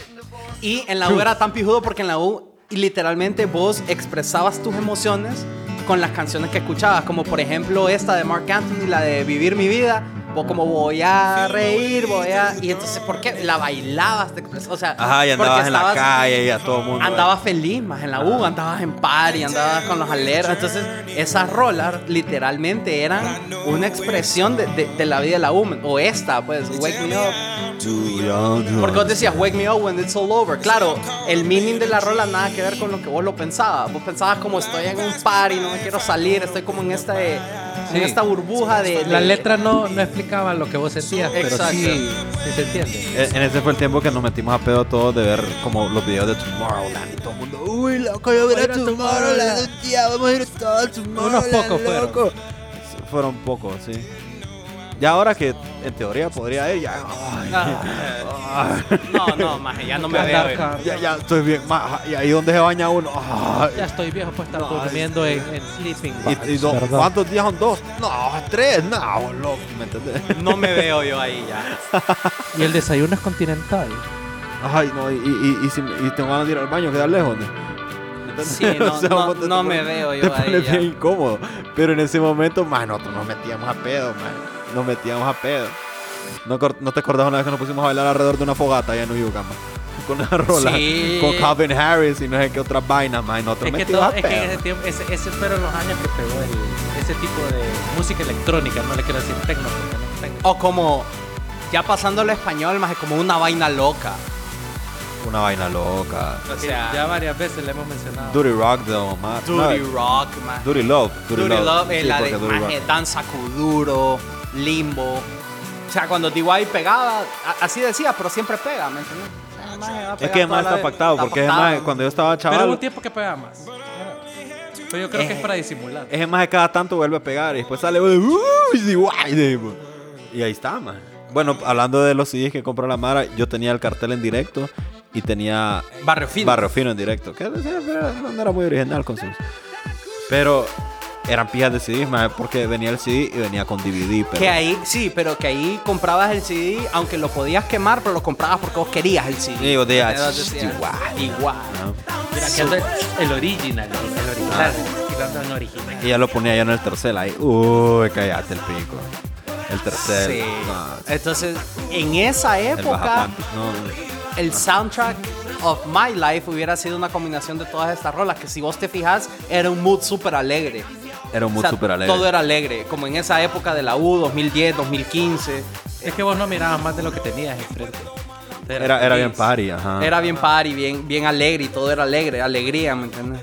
Speaker 3: Y en la U era tan pijudo porque en la U y literalmente vos expresabas tus emociones con las canciones que escuchabas, como por ejemplo esta de Mark Anthony, la de Vivir mi vida, vos como voy a reír, voy a... Y entonces, ¿por qué? La bailabas, te expresabas, o sea...
Speaker 1: Ajá, y andabas
Speaker 3: porque
Speaker 1: en la
Speaker 3: estabas-
Speaker 1: calle y a todo el mundo.
Speaker 3: Andabas feliz más en la U, andabas en party, andabas con los aleros. Entonces, esas rolas literalmente eran una expresión de, de- de la vida de la U. O esta, pues, Wake Me Up. Porque vos decías, wake me up when it's all over. Claro, el meaning de la rola nada que ver con lo que vos lo pensabas. Vos pensabas como estoy en un party, no me quiero salir, estoy como en este
Speaker 2: Sí.
Speaker 3: en esta burbuja de...
Speaker 2: La
Speaker 3: de-
Speaker 2: letra no, no explicaba lo que vos sentías, pero
Speaker 3: Exacto.
Speaker 2: sí, sí se entiende.
Speaker 1: E-, En en ese fue el tiempo que nos metimos a pedo todos de ver como los videos de Tomorrowland y todo el mundo. Uy, loco, yo voy a ir a Tomorrowland un día, vamos a ir todos a Tomorrowland.
Speaker 2: pocos fueron.
Speaker 1: loco". Fueron pocos, sí. Ya ahora que en teoría podría ir, ya. ay,
Speaker 3: Ah, eh, no, no, maje, ya no me veo.
Speaker 2: Andar
Speaker 3: eh.
Speaker 2: car-
Speaker 1: ya, ya estoy bien. ma, y ahí donde se baña uno. ay.
Speaker 2: Ya estoy viejo para estar
Speaker 1: No,
Speaker 2: durmiendo en, en sleeping.
Speaker 1: Y, y dos-
Speaker 2: Perdón.
Speaker 1: ¿Cuántos días son dos? No, tres. No, loco, ¿me entendés?
Speaker 3: No me veo yo ahí ya.
Speaker 2: Y el desayuno es continental.
Speaker 1: Ay, no, y, y, y, y si- y tengo ganas de ir al baño, queda lejos. ¿no? Entonces,
Speaker 3: Sí, no,
Speaker 1: o sea,
Speaker 3: no,
Speaker 1: vos te-
Speaker 3: no
Speaker 1: te
Speaker 3: me
Speaker 1: pones-
Speaker 3: veo yo
Speaker 1: Te
Speaker 3: ahí
Speaker 1: pones
Speaker 3: ya.
Speaker 1: bien incómodo. Pero en ese momento, más nosotros nos metíamos a pedo, man. Nos metíamos a pedo. ¿No, cor- no te acordás una vez que nos pusimos a bailar alrededor de una fogata allá en Uyuga, man? Con una rola,
Speaker 3: Sí.
Speaker 1: con Calvin Harris y no sé qué otras vainas, man. Y nosotros
Speaker 2: Es que,
Speaker 1: metidos
Speaker 2: todo-
Speaker 1: a
Speaker 2: es
Speaker 1: pedo.
Speaker 2: que en ese tiempo, ese, ese fueron los años que pegó el- ese tipo de música electrónica, no le quiero decir tecno, porque no es tecno.
Speaker 3: O como, ya pasándolo a español, más como una vaina loca.
Speaker 1: Una vaina loca.
Speaker 3: O sea,
Speaker 2: ya varias veces le hemos mencionado.
Speaker 1: Dirty Rock de Omar.
Speaker 3: Duty Rock, más.
Speaker 1: Dirty Love. Dirty,
Speaker 3: Duty
Speaker 1: Love.
Speaker 3: Love, eh,
Speaker 1: Sí,
Speaker 3: la
Speaker 1: porque
Speaker 3: de
Speaker 1: Dirty Rock.
Speaker 3: maje, Danza Kuduro, Limbo. O sea, cuando DY pegaba, a- así decía, pero siempre pega, ¿me entiendes? O sea, maje, va a
Speaker 1: Es
Speaker 3: pegar
Speaker 1: que además
Speaker 3: toda la-
Speaker 1: está pactado,
Speaker 3: está
Speaker 1: porque es
Speaker 3: pactado,
Speaker 1: más,
Speaker 3: ¿no?
Speaker 1: cuando yo estaba chaval.
Speaker 2: Pero hubo un tiempo que pegaba más. Pero yo creo que es
Speaker 1: Eh.
Speaker 2: para disimular.
Speaker 1: Es más de cada tanto vuelve a pegar y después sale de, "Uh", y dice, "Guay", de, bo. y ahí está, man. Bueno, hablando de los CDs que compró la Mara, yo tenía el cartel en directo y tenía
Speaker 3: Barrio Fino.
Speaker 1: Barrio Fino en directo, que no era muy original con sus. Pero eran pijas de CDs, man, porque venía el CD y venía con DVD, pero
Speaker 3: Que ahí, sí, pero que ahí comprabas el CD, aunque lo podías quemar, pero lo comprabas porque vos querías el CD.
Speaker 1: ah, Sí, vos decías,
Speaker 3: Entonces decías,
Speaker 1: igual.
Speaker 3: Igual.
Speaker 1: ¿no?
Speaker 2: Mira, que ando- el original, el original. Tirando en original.
Speaker 1: Y ya lo ponía yo en el tercer ahí. Uy, cállate el pico. El tercer.
Speaker 3: Sí.
Speaker 1: no,
Speaker 3: Entonces, en esa
Speaker 1: el
Speaker 3: época,
Speaker 1: bajapantes, no.
Speaker 3: el soundtrack of My Life hubiera sido una combinación de todas estas rolas, que si vos te fijas, era un mood súper alegre.
Speaker 1: Era un
Speaker 3: O
Speaker 1: mood
Speaker 3: sea,
Speaker 1: súper alegre.
Speaker 3: Todo era alegre, como en esa época de la U, 2010, 2015.
Speaker 1: Ah.
Speaker 2: Es que vos no mirabas más de lo que tenías enfrente. Entonces,
Speaker 1: Era, era bien
Speaker 2: feliz.
Speaker 1: party, ajá.
Speaker 3: Era bien party, bien, bien alegre y todo era alegre, alegría, ¿me entiendes?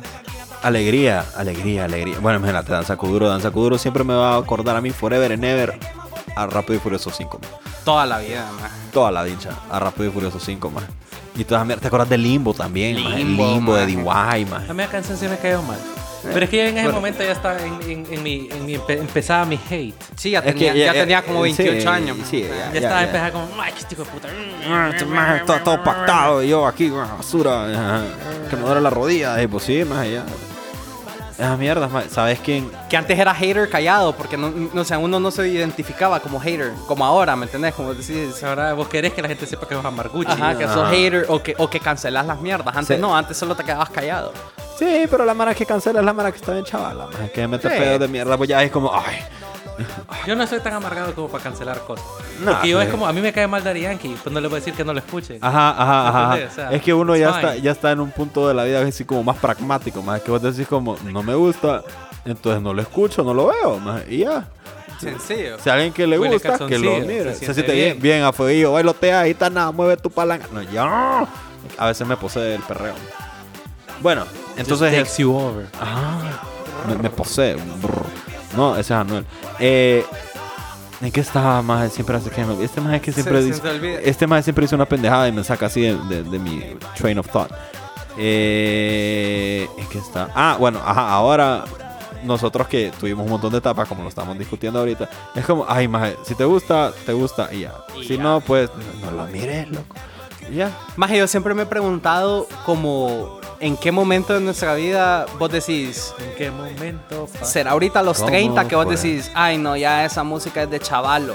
Speaker 1: Alegría, alegría, alegría. Bueno, imagínate, Danza Kuduro. Danza Kuduro siempre me va a acordar a mí Forever and Ever a Rápido y Furioso 5. man.
Speaker 3: Toda la vida, man.
Speaker 1: Toda la dicha a Rápido y Furioso 5 más. Y todas mierdas. ¿Te acuerdas de Limbo también? man? El
Speaker 3: Limbo,
Speaker 1: Limbo de
Speaker 3: man.
Speaker 1: DY,
Speaker 2: A
Speaker 1: man.
Speaker 2: mí la canción se me cayó mal. Pero es que yo en ese
Speaker 1: Eh, Bueno.
Speaker 2: momento ya estaba en, en- en mi, en mi empe- empezaba mi hate.
Speaker 3: Sí, ya tenía, ya, tenía como 28
Speaker 1: eh, sí,
Speaker 3: años.
Speaker 1: Sí,
Speaker 3: man.
Speaker 1: ya,
Speaker 2: Ya,
Speaker 1: ya,
Speaker 2: estaba
Speaker 1: ya.
Speaker 2: empezando como, ay, qué tipo de puta.
Speaker 1: Este man Está todo pactado. y Yo aquí, man, basura. ajá. Que me duele la rodilla. Y pues sí, más allá. Esas mierdas, man. ¿Sabes quién?
Speaker 3: Que antes era hater callado, porque no, no, o sea, uno no se identificaba como hater, como ahora, ¿me entendés? Como decís,
Speaker 2: Ahora vos querés que la gente sepa que vos amarguchi.
Speaker 3: ajá, que sos
Speaker 1: Ajá.
Speaker 3: hater o que, o que cancelás las mierdas. Antes
Speaker 1: Sí.
Speaker 3: no, antes solo te quedabas callado.
Speaker 1: Sí, pero la mara que cancela es la mara que está bien chavala, man, que mete
Speaker 3: Sí.
Speaker 1: pedos de mierda, pues ya es como, ay,
Speaker 2: Yo no soy tan amargado como para cancelar cosas.
Speaker 1: No,
Speaker 2: Porque yo
Speaker 1: sí. Ah,
Speaker 2: es como, a mí me cae mal Daddy Yankee, pues no le voy a decir que no lo escuchen.
Speaker 1: ajá, ajá, ajá, ajá.
Speaker 2: ¿Entendés? O sea,
Speaker 1: es que uno ya
Speaker 2: it's
Speaker 1: está,
Speaker 2: fine.
Speaker 1: ya está en un punto de la vida así como más pragmático, más que vos decís como, no me gusta, entonces no lo escucho, no lo veo, más y ya.
Speaker 3: Sencillo.
Speaker 1: Si a alguien que le
Speaker 2: Huele
Speaker 1: gusta, que
Speaker 2: calzoncillo,
Speaker 1: lo
Speaker 2: se
Speaker 1: mire, se
Speaker 2: siente
Speaker 1: siente bien,
Speaker 2: bien.
Speaker 1: bien a fueguillo, bailotea, gitana, mueve tu palanca, no, ya, a veces me posee el perreo. Bueno, entonces...
Speaker 2: Just takes you over.
Speaker 1: Ah, me, me posee. Brr. No, ese es Anuel. Eh, ¿En qué estaba más? Siempre hace que me- Este más es que siempre
Speaker 3: se
Speaker 1: dice.
Speaker 3: te olvida.
Speaker 1: este más siempre dice una pendejada y me saca así de, de- de mi train of thought. Eh, ¿En qué está? Ah, bueno, ajá, ahora. Nosotros que tuvimos un montón de etapas, como lo estamos discutiendo ahorita, es como, ay, maje, si te gusta, te gusta y ya. si no, pues no, no lo mires, loco. Y Ya.
Speaker 3: Más yo siempre me he preguntado como en qué momento de nuestra vida vos decís,
Speaker 2: ¿En qué momento? pa-
Speaker 3: será ahorita a los
Speaker 1: ¿Cómo Pues.
Speaker 3: 30 que vos
Speaker 1: fue?
Speaker 3: decís, ay no, ya esa música es de chavalo,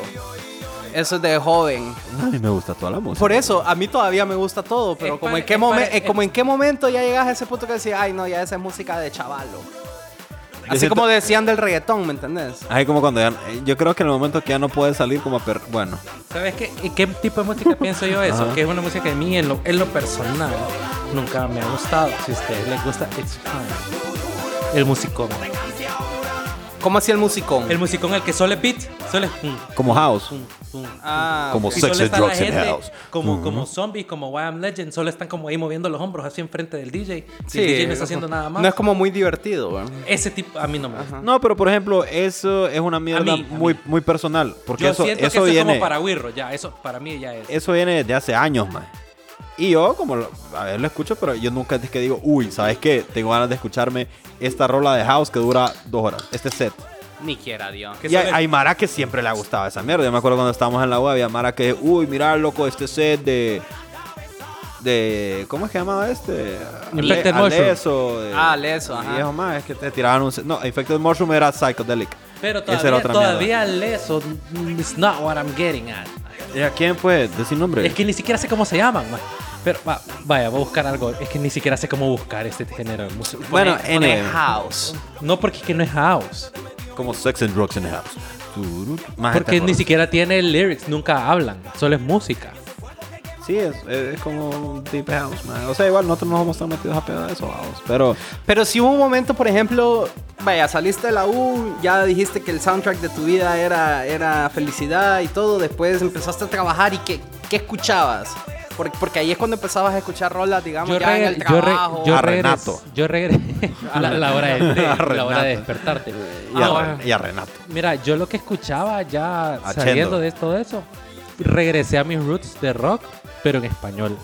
Speaker 3: eso es de joven.
Speaker 1: A mí me gusta toda la música.
Speaker 3: Por eso, a mí todavía me gusta todo, pero
Speaker 2: Es
Speaker 3: como,
Speaker 2: pare-
Speaker 3: en qué
Speaker 2: es
Speaker 3: momen-
Speaker 2: pare-
Speaker 3: eh, como en qué momento ya llegas a ese punto que decís, ay no, ya esa es música de chavalo. Así
Speaker 1: siento-
Speaker 3: como decían del reggaetón, ¿me entendés?
Speaker 1: Ahí como cuando ya, yo creo que en el momento que ya no puedes salir como a per- bueno,
Speaker 2: ¿Sabes qué, ¿En qué tipo de música pienso yo eso? Que es una música que a mí, en lo, en lo personal, nunca me ha gustado. Si a ustedes les gusta, it's fine. El musicón.
Speaker 3: ¿Cómo hacía el musicón?
Speaker 2: El musicón, el que solo es beat, pistolas. pum,
Speaker 1: Como House.
Speaker 2: pum, pum.
Speaker 3: Ah,
Speaker 1: Como
Speaker 3: ok.
Speaker 1: Sex
Speaker 2: Y solo
Speaker 1: and
Speaker 2: está la
Speaker 1: drugs in
Speaker 2: gente
Speaker 1: house.
Speaker 2: Como,
Speaker 1: Ujú.
Speaker 2: como zombies, como I Am Legend, solo están como ahí moviendo los hombros así enfrente del DJ. Sí,
Speaker 3: Sí,
Speaker 2: el DJ no está haciendo nada más.
Speaker 3: No es como muy divertido, güey.
Speaker 2: Ese tipo a mí no me gusta.
Speaker 1: No, pero por ejemplo, eso es una mierda
Speaker 2: mí, a
Speaker 1: muy,
Speaker 2: mí.
Speaker 1: muy personal. Porque
Speaker 2: Yo
Speaker 1: eso,
Speaker 2: siento que
Speaker 1: eso
Speaker 2: eso es
Speaker 1: viene.
Speaker 2: como para Wirro, ya, eso para mí ya es.
Speaker 1: Eso viene desde hace años, man. Y yo, como lo- a ver, lo escucho, pero yo nunca es que digo, uy, ¿sabes qué? Tengo ganas de escucharme esta rola de house que dura dos horas, este set.
Speaker 3: Ni quiera Dios.
Speaker 2: Que
Speaker 1: Y hay,
Speaker 2: solo-
Speaker 1: hay Mara que siempre le ha gustado esa mierda. Yo me acuerdo cuando estábamos en la web, había Mara que, uy, mira, loco, este set de. de ¿Cómo es que llamaba este?
Speaker 2: Infected
Speaker 1: Ale-
Speaker 2: Mushroom.
Speaker 1: Aleso, de-
Speaker 3: Ah, Aleso, ajá.
Speaker 1: Y eso más, es que te tiraban un. set- No, Infected Mushroom era Psychedelic.
Speaker 2: Pero
Speaker 1: Esa era
Speaker 2: todavía,
Speaker 1: otra
Speaker 2: todavía leso. It's not what I'm getting at.
Speaker 1: ¿Y a quién, pues? Decir nombre.
Speaker 2: Es que ni siquiera sé cómo se llaman. ma. Pero va- vaya, voy a buscar algo. Es que ni siquiera sé cómo buscar este género de música.
Speaker 1: bueno,
Speaker 3: Pone- pone
Speaker 1: anyway.
Speaker 3: house.
Speaker 2: No porque es que no es house.
Speaker 1: Como Sex and Drugs in the House. Turut. Más
Speaker 2: Porque
Speaker 1: gente
Speaker 2: ni
Speaker 1: por-
Speaker 2: siquiera tiene lyrics, nunca hablan. Solo es música.
Speaker 1: Sí, es, es como un deep house, man. O sea, igual nosotros no vamos a estar metidos a pedo de eso, vamos. Pero
Speaker 3: Pero si hubo un momento, por ejemplo, vaya, saliste de la U, ya dijiste que el soundtrack de tu vida era, era felicidad y todo, después empezaste a trabajar y ¿qué, qué escuchabas? Por- Porque ahí es cuando empezabas a escuchar rolas, digamos, ya en el
Speaker 2: regre- yo re-
Speaker 3: trabajo.
Speaker 2: yo
Speaker 1: A
Speaker 2: regres-
Speaker 1: Renato.
Speaker 2: Yo regresé. la, la hora de, de-
Speaker 1: A
Speaker 2: la hora de
Speaker 1: Renato.
Speaker 2: despertarte. Ah,
Speaker 1: y, a,
Speaker 2: Ahora-
Speaker 1: Ren- y a Renato.
Speaker 2: Mira, yo lo que escuchaba ya
Speaker 1: Achendo.
Speaker 2: saliendo de todo eso, regresé a mis roots de rock, pero en español.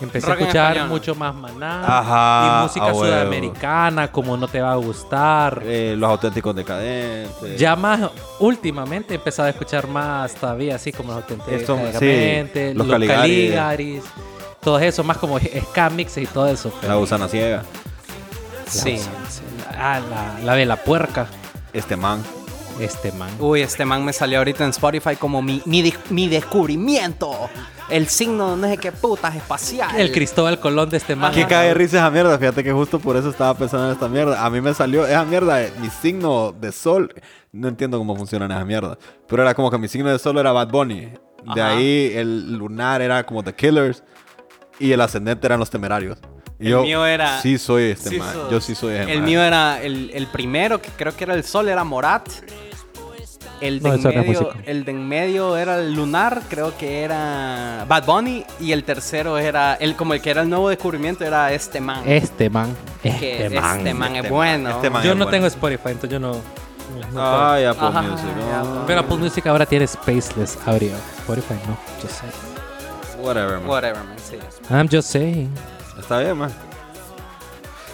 Speaker 2: Empecé
Speaker 3: Rock
Speaker 2: a
Speaker 3: en
Speaker 2: escuchar
Speaker 3: español.
Speaker 2: mucho más maná
Speaker 1: Ajá,
Speaker 2: y música
Speaker 1: a huevo.
Speaker 2: sudamericana, como no te va a gustar.
Speaker 1: Eh, los auténticos decadentes.
Speaker 2: Ya más últimamente he empezado a escuchar más todavía, así como los auténticos
Speaker 1: Esto, sí,
Speaker 2: Decadentes,
Speaker 1: los
Speaker 2: los
Speaker 1: Caligaris.
Speaker 2: Caligaris, todo eso, más como ska mixes y todo eso.
Speaker 1: La
Speaker 2: pero-
Speaker 1: gusana ciega.
Speaker 2: sí, sí. Ah, la, la de la puerca,
Speaker 1: Este man.
Speaker 2: este man.
Speaker 3: Uy, este man me salió ahorita en Spotify como mi, mi, de- mi descubrimiento. El signo de no sé qué putas espacial.
Speaker 2: El Cristóbal Colón de este man.
Speaker 1: ¿Qué cae de risa esa mierda? Fíjate que justo por eso estaba pensando en esta mierda. A mí me salió esa mierda, de mi signo de sol. No entiendo cómo funcionan esas mierdas. Pero era como que mi signo de sol era Bad Bunny. De
Speaker 3: Ajá.
Speaker 1: ahí el lunar era como The Killers. Y el ascendente eran los temerarios. Y
Speaker 3: El mío era-
Speaker 1: Sí, soy este
Speaker 3: Sí,
Speaker 1: man.
Speaker 3: sos-
Speaker 1: Yo sí soy
Speaker 2: Eh,
Speaker 1: ese
Speaker 3: El
Speaker 1: man.
Speaker 3: mío era el, el primero, que creo que era el sol, era Morat. El de,
Speaker 2: No,
Speaker 3: en
Speaker 2: eso no es
Speaker 3: medio,
Speaker 2: música.
Speaker 3: el de en medio era el lunar, creo que era Bad Bunny. Y el tercero era, el, como el que era el nuevo descubrimiento, era este man.
Speaker 2: Este man.
Speaker 3: que
Speaker 2: Este
Speaker 3: este
Speaker 2: man.
Speaker 3: man, es
Speaker 1: Este man,
Speaker 3: bueno.
Speaker 1: este man.
Speaker 2: Yo no
Speaker 1: bueno.
Speaker 2: tengo Spotify, entonces yo no. no
Speaker 1: Ay, Apple
Speaker 3: Ajá,
Speaker 1: Music.
Speaker 3: Apple.
Speaker 1: ah,
Speaker 2: pero Apple Music ahora tiene Spaceless Audio. Spotify no. Yo sé.
Speaker 1: oh, Whatever, man.
Speaker 3: Whatever, man, sí.
Speaker 2: I'm just saying.
Speaker 1: Está bien, man.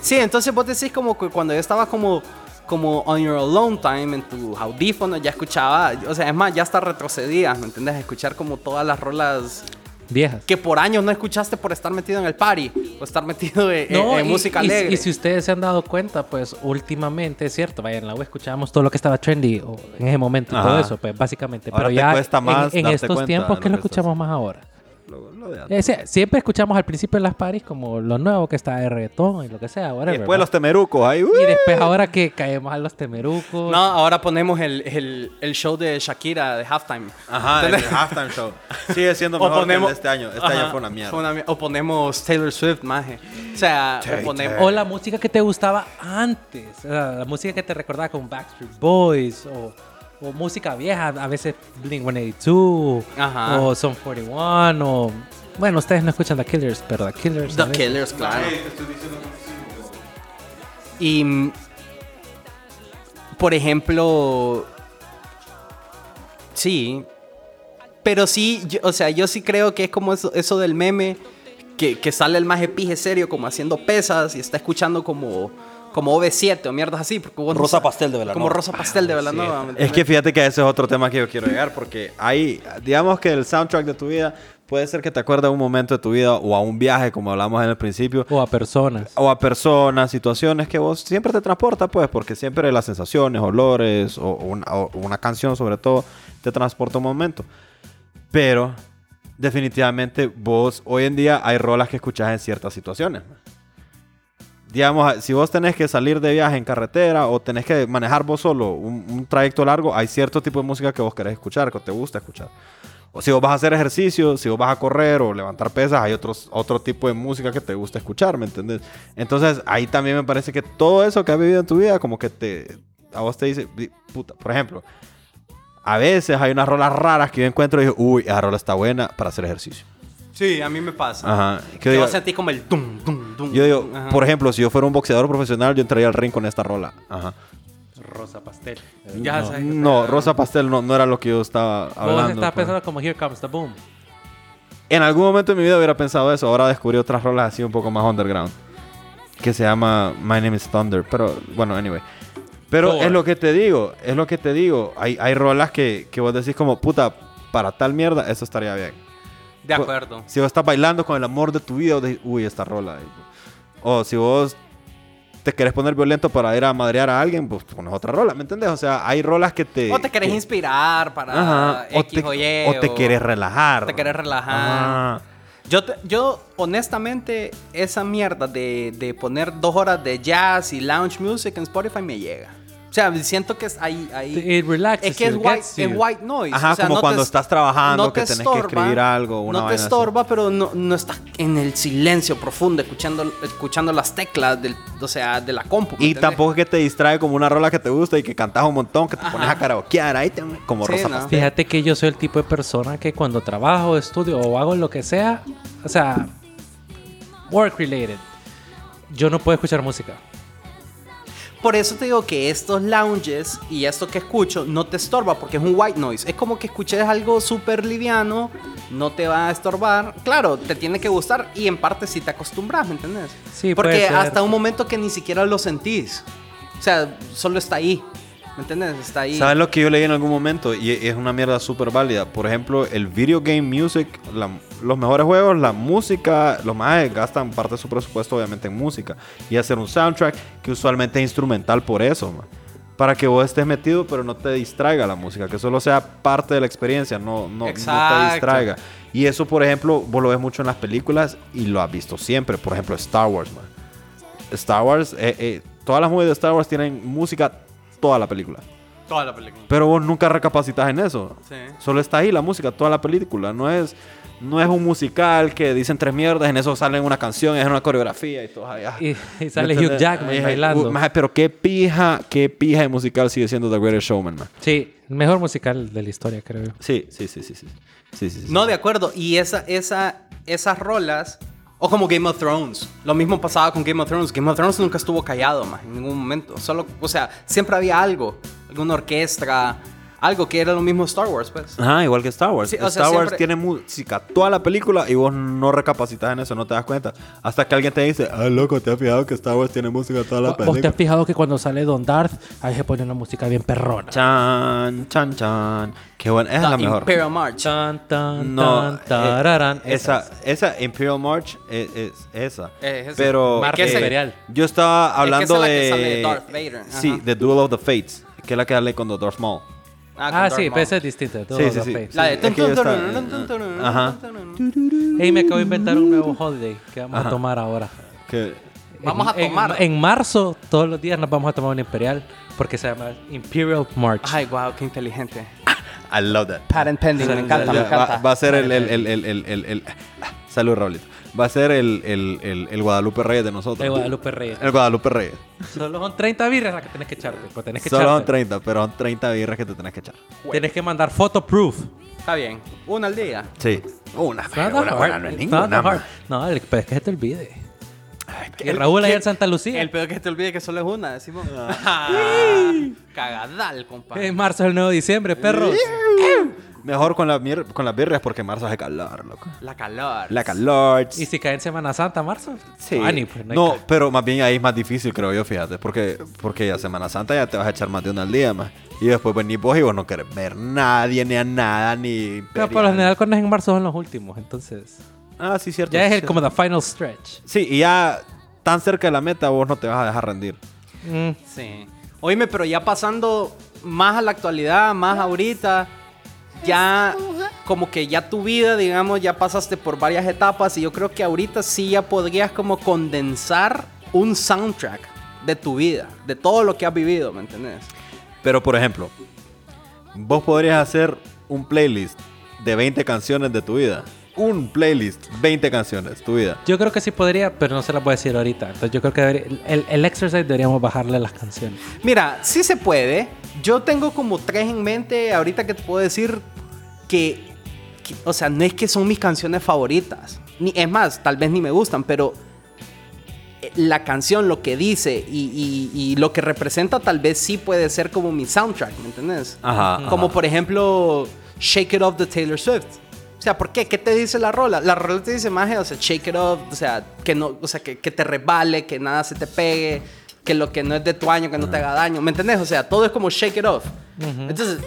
Speaker 3: Sí, entonces vos decís como que cuando yo estaba como como on your alone time en tus audífonos ya escuchaba, o sea, es más, ya hasta retrocedías, ¿me entiendes? Escuchar como todas las rolas
Speaker 2: Viejas.
Speaker 3: que por años no escuchaste por estar metido en el party o estar metido
Speaker 2: Eh,
Speaker 3: en, en- en
Speaker 2: y-
Speaker 3: música
Speaker 2: y,
Speaker 3: alegre.
Speaker 2: Y, si ustedes se han dado cuenta, pues últimamente, es cierto, vaya, en la web escuchábamos todo lo que estaba trendy o en ese momento y
Speaker 1: Ajá.
Speaker 2: todo eso, pues básicamente.
Speaker 1: Ahora
Speaker 2: Pero
Speaker 1: te
Speaker 2: ya
Speaker 1: cuesta
Speaker 2: en-
Speaker 1: más
Speaker 2: en,
Speaker 1: darte
Speaker 2: estos
Speaker 1: cuenta
Speaker 2: tiempos,
Speaker 1: de
Speaker 2: ¿qué
Speaker 1: lo
Speaker 2: lo
Speaker 1: que estás
Speaker 2: escuchamos más ahora?
Speaker 1: Lo- lo de antes.
Speaker 2: Eh, sí, siempre escuchamos al principio en las paris como lo nuevo que está de reggaetón y lo que sea,
Speaker 1: Y
Speaker 2: whatever,
Speaker 1: después
Speaker 2: ¿no?
Speaker 1: los temerucos. Ahí, uh,
Speaker 2: Y después ahora que caemos a los temerucos.
Speaker 3: No, ahora ponemos el, el- el show de Shakira de halftime.
Speaker 1: Ajá, el
Speaker 3: ¿Entendés?
Speaker 1: halftime show. Sigue siendo mejor que el de este año. Este
Speaker 3: ajá,
Speaker 1: año fue una mierda.
Speaker 3: mier- o ponemos Taylor Swift, maje. O sea, o ponemos...
Speaker 2: O la música que te gustaba antes. o sea, la música que te recordaba con Backstreet Boys. O, o música vieja, a veces Blink 182.
Speaker 3: Ajá.
Speaker 2: O Son 41. O, bueno, ustedes no escuchan The Killers, pero The Killers. a
Speaker 3: Pues, The
Speaker 2: veces-
Speaker 3: Killers, claro. Y, mm, por ejemplo, sí, pero sí, yo- o sea, yo sí creo que es como eso, eso del meme, que, que sale el maje pije serio como haciendo pesas y está escuchando como, como OV7 o mierdas así. Porque vos no
Speaker 4: Rosa
Speaker 3: sabes-
Speaker 4: Pastel de Velanova.
Speaker 3: Como Rosa Pastel de Velanova. ¿me
Speaker 1: Es que
Speaker 3: entiendes?
Speaker 1: fíjate que ese es otro tema que yo quiero llegar porque ahí, digamos que el soundtrack de tu vida puede ser que te acuerdes a un momento de tu vida o a un viaje, como hablamos en el principio,
Speaker 2: O a personas.
Speaker 1: o a personas, situaciones que vos siempre te transporta, pues, porque siempre las sensaciones, olores o una, o una canción, sobre todo, te transporta un momento. Pero definitivamente vos hoy en día hay rolas que escuchás en ciertas situaciones. Digamos, si vos tenés que salir de viaje en carretera o tenés que manejar vos solo un, un trayecto largo, hay cierto tipo de música que vos querés escuchar, que te gusta escuchar. O si vos vas a hacer ejercicio, si vos vas a correr o levantar pesas, hay otros, otro tipo de música que te gusta escuchar, ¿me entendés? Entonces, ahí también me parece que todo eso que has vivido en tu vida, como que te. A vos te dice, "Di- puta, por ejemplo, A veces hay unas rolas raras que yo encuentro y digo, uy, esa rola está buena para hacer ejercicio.
Speaker 3: Sí, a mí me pasa.
Speaker 1: Ajá. Que
Speaker 3: Yo
Speaker 1: diga-
Speaker 3: sentí como el dum, dum, dum.
Speaker 1: yo digo,
Speaker 3: Ajá.
Speaker 1: por ejemplo, si yo fuera un boxeador profesional, yo entraría al ring con esta rola. Ajá.
Speaker 2: Rosa pastel.
Speaker 3: Ya
Speaker 1: no,
Speaker 3: sabes.
Speaker 1: no, Rosa Pastel no, no era lo que yo estaba hablando. pues.
Speaker 2: Vos estás
Speaker 1: pero-
Speaker 2: pensando como Here Comes the Boom.
Speaker 1: En algún momento de mi vida hubiera pensado eso. Ahora descubrí otras rolas así un poco más underground. Que se llama My Name is Thunder. Pero bueno, anyway. Pero
Speaker 2: Thor.
Speaker 1: es lo que te digo. Es lo que te digo. Hay, hay rolas que, que vos decís como, puta, para tal mierda, eso estaría bien. Pues,
Speaker 3: De acuerdo.
Speaker 1: Si vos estás bailando con el amor de tu vida, vos decís, uy, esta rola. pues". O si vos te querés poner violento para ir a madrear a alguien, pues pones otra rola, ¿me entendés? O sea, hay rolas que te...
Speaker 3: O te querés
Speaker 1: que-
Speaker 3: inspirar para
Speaker 1: Ajá. O
Speaker 3: X o,
Speaker 1: te,
Speaker 3: Y.
Speaker 1: o te querés relajar.
Speaker 3: te querés relajar.
Speaker 1: Ajá.
Speaker 3: Yo, te- yo, honestamente, esa mierda de, de poner dos horas de jazz y lounge music en Spotify me llega. O sea, siento que es ahí. ahí
Speaker 2: It relaxes
Speaker 3: es que es
Speaker 2: you,
Speaker 3: white,
Speaker 2: gets
Speaker 3: es
Speaker 2: you.
Speaker 3: white noise.
Speaker 1: Ajá,
Speaker 3: o sea,
Speaker 1: como
Speaker 3: no te
Speaker 1: cuando
Speaker 3: es-
Speaker 1: estás trabajando,
Speaker 3: no
Speaker 1: que
Speaker 3: te
Speaker 1: tenés
Speaker 3: estorba,
Speaker 1: que escribir algo. Una
Speaker 3: no te
Speaker 1: vaina así.
Speaker 3: estorba, pero no, no estás en el silencio profundo escuchando, escuchando las teclas del, o sea, de la compu. ¿me
Speaker 1: Y
Speaker 3: entendés?
Speaker 1: tampoco es que te distrae como una rola que te gusta y que cantas un montón, que te pones a karaokear ahí, te- como
Speaker 3: Sí,
Speaker 1: Rosa
Speaker 3: no.
Speaker 1: Pastel.
Speaker 2: Fíjate que yo soy el tipo de persona que cuando trabajo, estudio o hago lo que sea, o sea, work related, yo no puedo escuchar música.
Speaker 3: Por eso te digo que estos lounges y esto que escucho no te estorba porque es un white noise. Es como que escuches algo súper liviano, no te va a estorbar. Claro, te tiene que gustar y en parte si te acostumbras, ¿me entendés?
Speaker 2: Sí, puede
Speaker 3: Porque
Speaker 2: ser.
Speaker 3: hasta un momento que ni siquiera lo sentís. O sea, solo está ahí. ¿Me entendés? Está ahí.
Speaker 1: ¿Sabes lo que yo leí en algún momento? Y e- es una mierda súper válida. Por ejemplo, el video game music, la- los mejores juegos, la música, los más gastan parte de su presupuesto obviamente en música. Y hacer un soundtrack que usualmente es instrumental por eso, man. Para que vos estés metido, pero no te distraiga la música, que solo sea parte de la experiencia, no, no, no te
Speaker 3: Exacto.
Speaker 1: distraiga. Y eso, por ejemplo, vos lo ves mucho en las películas y lo has visto siempre. Por ejemplo, Star Wars, man. Star Wars, eh, eh, todas las movies de Star Wars tienen música toda la película.
Speaker 3: Toda la película.
Speaker 1: Pero vos nunca recapacitas en eso.
Speaker 3: Sí.
Speaker 1: Solo está ahí la música, toda la película. No es, no es un musical que dicen tres mierdas, en eso salen una canción, es una coreografía y todo. ay, ah.
Speaker 2: Y, y sale
Speaker 1: ¿Me
Speaker 2: Hugh
Speaker 1: entendés?
Speaker 2: Jackman
Speaker 1: Ay, ay,
Speaker 2: bailando.
Speaker 1: uh, maje, pero qué pija, qué pija de musical sigue siendo The Greatest Showman, man.
Speaker 2: Sí, el mejor musical de la historia, creo yo.
Speaker 1: Sí, sí, sí, sí. sí. sí, sí, sí.
Speaker 3: No, de acuerdo. Y esa, esa, esas rolas. O como Game of Thrones. Lo mismo pasaba con Game of Thrones. Game of Thrones nunca estuvo callado más en ningún momento. Solo, o sea, siempre había algo. Alguna orquesta. Algo que era lo mismo Star Wars, pues.
Speaker 1: Ajá, igual que Star Wars.
Speaker 3: Sí, o sea,
Speaker 1: Star Wars
Speaker 3: siempre-
Speaker 1: tiene música toda la película y vos no recapacitas en eso, no te das cuenta. Hasta que alguien te dice, ah, loco, te has fijado que Star Wars tiene música toda la
Speaker 2: ¿Vos te
Speaker 1: película.
Speaker 2: has fijado que cuando sale Don Darth, ahí se pone una música bien perrona?
Speaker 1: Chan, chan, chan. Qué buena, esa es la
Speaker 3: The
Speaker 1: mejor.
Speaker 3: Imperial March. Ah,
Speaker 2: Tan, tan,
Speaker 1: No,
Speaker 2: tan, tararán.
Speaker 1: eh, esa, esa Imperial March es, es esa.
Speaker 3: Es esa.
Speaker 1: Pero
Speaker 2: Marca
Speaker 1: eh,
Speaker 2: imperial.
Speaker 1: yo estaba hablando
Speaker 3: es la que
Speaker 1: de,
Speaker 3: sale de Darth Vader, ajá.
Speaker 1: Sí, de Duel of the Fates, que es la que sale con Darth Maul.
Speaker 2: Ah,
Speaker 3: con
Speaker 2: sí,
Speaker 3: Darth
Speaker 2: pero
Speaker 3: Maul.
Speaker 2: esa es distinta. todo
Speaker 1: Sí, sí,
Speaker 2: lo
Speaker 1: sí.
Speaker 2: fe.
Speaker 3: La de...
Speaker 1: es que yo estaba- Ajá.
Speaker 2: Ey, me acabo de inventar un nuevo holiday que vamos a tomar ahora.
Speaker 1: Que
Speaker 3: Vamos
Speaker 2: En-
Speaker 3: a tomar.
Speaker 2: En, en marzo, todos los días nos vamos a tomar un imperial porque se llama Imperial March.
Speaker 3: Ay, wow, qué inteligente.
Speaker 1: I love that.
Speaker 3: Patent pending, me encanta, me
Speaker 1: Ya, va-
Speaker 3: encanta.
Speaker 1: Va, a ser el... el, el, el, el, el- el- ah, salud, Raulito. Va a ser el, el, el, el Guadalupe Reyes de nosotros.
Speaker 2: El Guadalupe Reyes.
Speaker 1: El Guadalupe Reyes.
Speaker 2: Solo son 30 birras las que tenés que echarte. pues tenés que
Speaker 1: Solo son
Speaker 2: echarte.
Speaker 1: 30, pero son 30 birras que te tenés que echar.
Speaker 2: Tenés que mandar photo proof.
Speaker 3: Está bien. Una al día.
Speaker 1: Sí. Una,
Speaker 2: It's not
Speaker 1: una,
Speaker 2: that
Speaker 1: una,
Speaker 2: hard.
Speaker 1: no es
Speaker 2: It's not
Speaker 1: ninguna.
Speaker 2: that hard.
Speaker 1: man.
Speaker 2: No, el- pero es que se te olvide. Y Raúl allá en Santa Lucía.
Speaker 3: El peor que te olvide que solo es una, decimos.
Speaker 1: Ah.
Speaker 3: Cagadal, compadre.
Speaker 2: En marzo es el 9 de diciembre, perros.
Speaker 1: Mejor con, la mier- con las birras porque marzo hace calor, loco.
Speaker 3: La calor.
Speaker 1: La calor.
Speaker 2: Y si cae en Semana Santa, marzo.
Speaker 1: Sí.
Speaker 2: Ah, ni, pues, no, hay
Speaker 1: no,
Speaker 2: ca-
Speaker 1: pero más bien ahí es más difícil, creo yo, fíjate. Porque, porque a Semana Santa ya te vas a echar más de una al día más. Y después venís vos y vos no querés ver nadie, ni a nada, ni.
Speaker 2: Pero por lo
Speaker 1: imperial.
Speaker 2: general, cuando es en marzo son los últimos. Entonces,
Speaker 1: Ah, sí, cierto.
Speaker 2: ya
Speaker 1: sí,
Speaker 2: es el,
Speaker 1: cierto.
Speaker 2: como the final stretch.
Speaker 1: Sí, y ya tan cerca de la meta vos no te vas a dejar rendir.
Speaker 2: Mm.
Speaker 3: Sí. Oíme, pero ya pasando más a la actualidad, más ahorita, ya como que ya tu vida, digamos, ya pasaste por varias etapas y yo creo que ahorita sí ya podrías como condensar un soundtrack de tu vida, de todo lo que has vivido, ¿me entendés?
Speaker 1: Pero, por ejemplo, vos podrías hacer un playlist de 20 canciones de tu vida. un playlist, 20 canciones, tu vida.
Speaker 2: Yo creo que sí podría, pero no se las voy a decir ahorita. Entonces yo creo que debería- el, el exercise deberíamos bajarle las canciones.
Speaker 3: Mira, sí se puede. Yo tengo como tres en mente ahorita que te puedo decir que, que- o sea, no es que son mis canciones favoritas. Ni, es más, tal vez ni me gustan, pero eh, la canción, lo que dice y, y- y lo que representa tal vez sí puede ser como mi soundtrack, ¿me entendés?
Speaker 1: Ajá,
Speaker 3: Como
Speaker 1: ajá.
Speaker 3: por ejemplo, Shake It Off de Taylor Swift. O sea, ¿por qué? ¿Qué te dice la rola? La rola te dice más, o sea, shake it off, o sea, que no, o sea, que, que te resbale, que nada se te pegue, que lo que no es de tu año, que no te haga daño, ¿me entendés? O sea, todo es como shake it off. Entonces,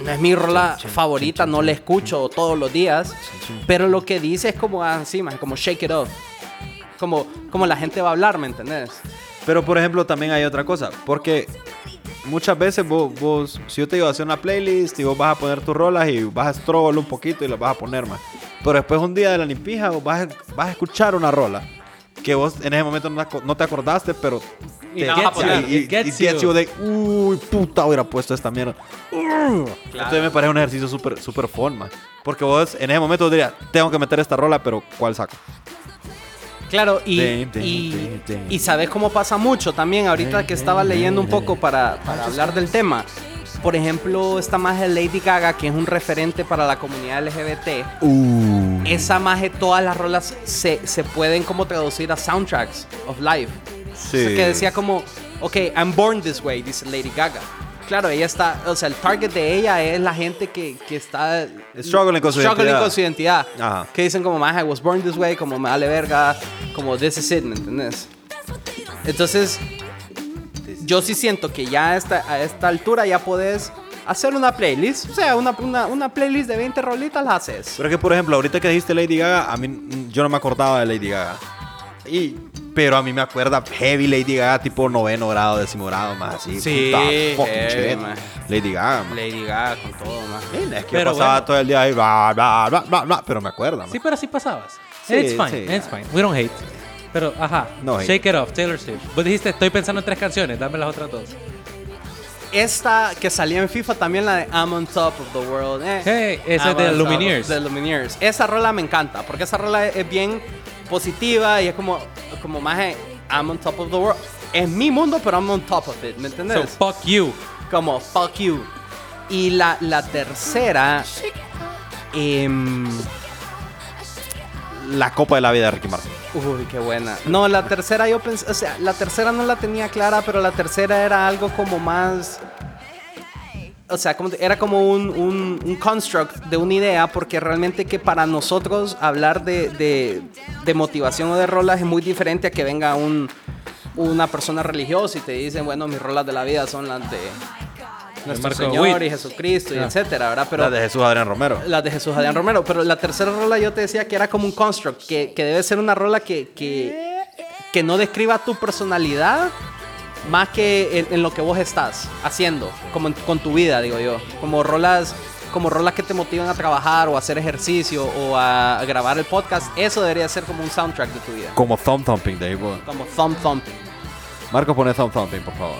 Speaker 3: no es mi rola favorita, no la escucho todos los días, pero lo que dice es como ah, sí, maje, como shake it off. Como, como la gente va a hablar, ¿me entendés?
Speaker 1: Pero por ejemplo, también hay otra cosa, porque muchas veces vos, vos- si yo te digo hacer una playlist y vos vas a poner tus rolas y vas a estrobar un poquito y las vas a poner más. Pero después un día de la limpija vos vas, a- vas a escuchar una rola que vos en ese momento no, la aco- no te acordaste, pero
Speaker 3: Y
Speaker 1: te
Speaker 3: la vas a poner.
Speaker 1: y,
Speaker 2: It gets
Speaker 1: y gets
Speaker 2: you.
Speaker 1: you de uy, puta, hubiera puesto esta mierda. Uh. Entonces me parece un ejercicio súper super fun, man. Porque vos en ese momento dirías, tengo que meter esta rola, pero ¿cuál saco?
Speaker 3: Claro, y,
Speaker 1: Ten, ten,
Speaker 3: y,
Speaker 1: ten, ten.
Speaker 3: y sabes cómo pasa mucho también. Ahorita que estaba leyendo un poco para, para hablar del tema. Por ejemplo, esta maje Lady Gaga, que es un referente para la comunidad LGBT.
Speaker 1: Mm.
Speaker 3: Esa maje, todas las rolas se, se pueden como traducir a soundtracks of life.
Speaker 1: Sí.
Speaker 3: O sea, que decía como, ok, I'm born this way, dice Lady Gaga. Claro, ella está, o sea, el target de ella es la gente que, que está
Speaker 1: Struggling con su
Speaker 3: struggling
Speaker 1: identidad.
Speaker 3: con su identidad.
Speaker 1: Ajá.
Speaker 3: Que dicen como, más I was born this way, como me vale verga, como this is it, ¿me entendés? Entonces, yo sí siento que ya a esta, a esta altura ya podés hacer una playlist. O sea, una, una, una playlist de 20 rolitas la haces.
Speaker 1: Pero es que, por ejemplo, ahorita que dijiste Lady Gaga, a mí mm, yo no me acordaba de Lady Gaga. Y, pero a mí me acuerda heavy Lady Gaga, tipo noveno grado, décimo grado, más así.
Speaker 3: Sí,
Speaker 1: fucking
Speaker 3: heavy,
Speaker 1: shit.
Speaker 3: man.
Speaker 1: Lady Gaga, man.
Speaker 3: Lady Gaga con todo, más.
Speaker 1: Man, es que
Speaker 2: Pero
Speaker 1: pasaba
Speaker 2: bueno.
Speaker 1: todo el día ahí, bla, bla, bla, bla, bla, pero me acuerda, man.
Speaker 2: Sí, pero así pasabas.
Speaker 1: Sí,
Speaker 2: it's fine,
Speaker 1: sí.
Speaker 2: it's fine. We don't hate. Pero, ajá.
Speaker 1: No hate.
Speaker 2: Shake It Off, Taylor Swift. Vos dijiste, estoy pensando en tres canciones, dame las otras dos.
Speaker 3: Esta que salía en FIFA también, la de I'm on top of the world. eh.
Speaker 2: Hey, esa es de
Speaker 3: I'm on top
Speaker 2: Lumineers.
Speaker 3: of the Lumineers. Esa rola me encanta, porque esa rola es bien positiva y es como, como más eh, I'm on top of the world. Es mi mundo, pero I'm on top of it, ¿me
Speaker 2: So,
Speaker 3: entendés?
Speaker 2: fuck you.
Speaker 3: como fuck you. Y la, la tercera... em,
Speaker 1: La copa de la vida de Ricky Martin.
Speaker 3: uy, qué buena. No, la tercera yo pensé, o sea, la tercera no la tenía clara, pero la tercera era algo como más... O sea, como te- era como un, un- un construct de una idea, porque realmente que para nosotros hablar de, de- de motivación o de rolas es muy diferente a que venga un, una persona religiosa y te dicen, bueno, mis rolas de la vida son las de nuestro
Speaker 2: Marco
Speaker 3: Señor
Speaker 2: Witt.
Speaker 3: y Jesucristo y
Speaker 2: Ah.
Speaker 3: etcétera, ¿verdad?
Speaker 1: la de Jesús Adrián Romero.
Speaker 3: Las de Jesús Adrián Romero. Pero la tercera rola yo te decía que era como un construct, que, que debe ser una rola que, que, que no describa tu personalidad más que en, en lo que vos estás haciendo, como en- con tu vida, digo yo. Como rolas, como rolas que te motivan a trabajar o a hacer ejercicio o a, grabar el podcast. Eso debería ser como un soundtrack de tu vida.
Speaker 1: Como Thumb Thumping, Dave.
Speaker 3: Como Thumb Thumping.
Speaker 1: Marco, pone Thumb Thumping, por favor.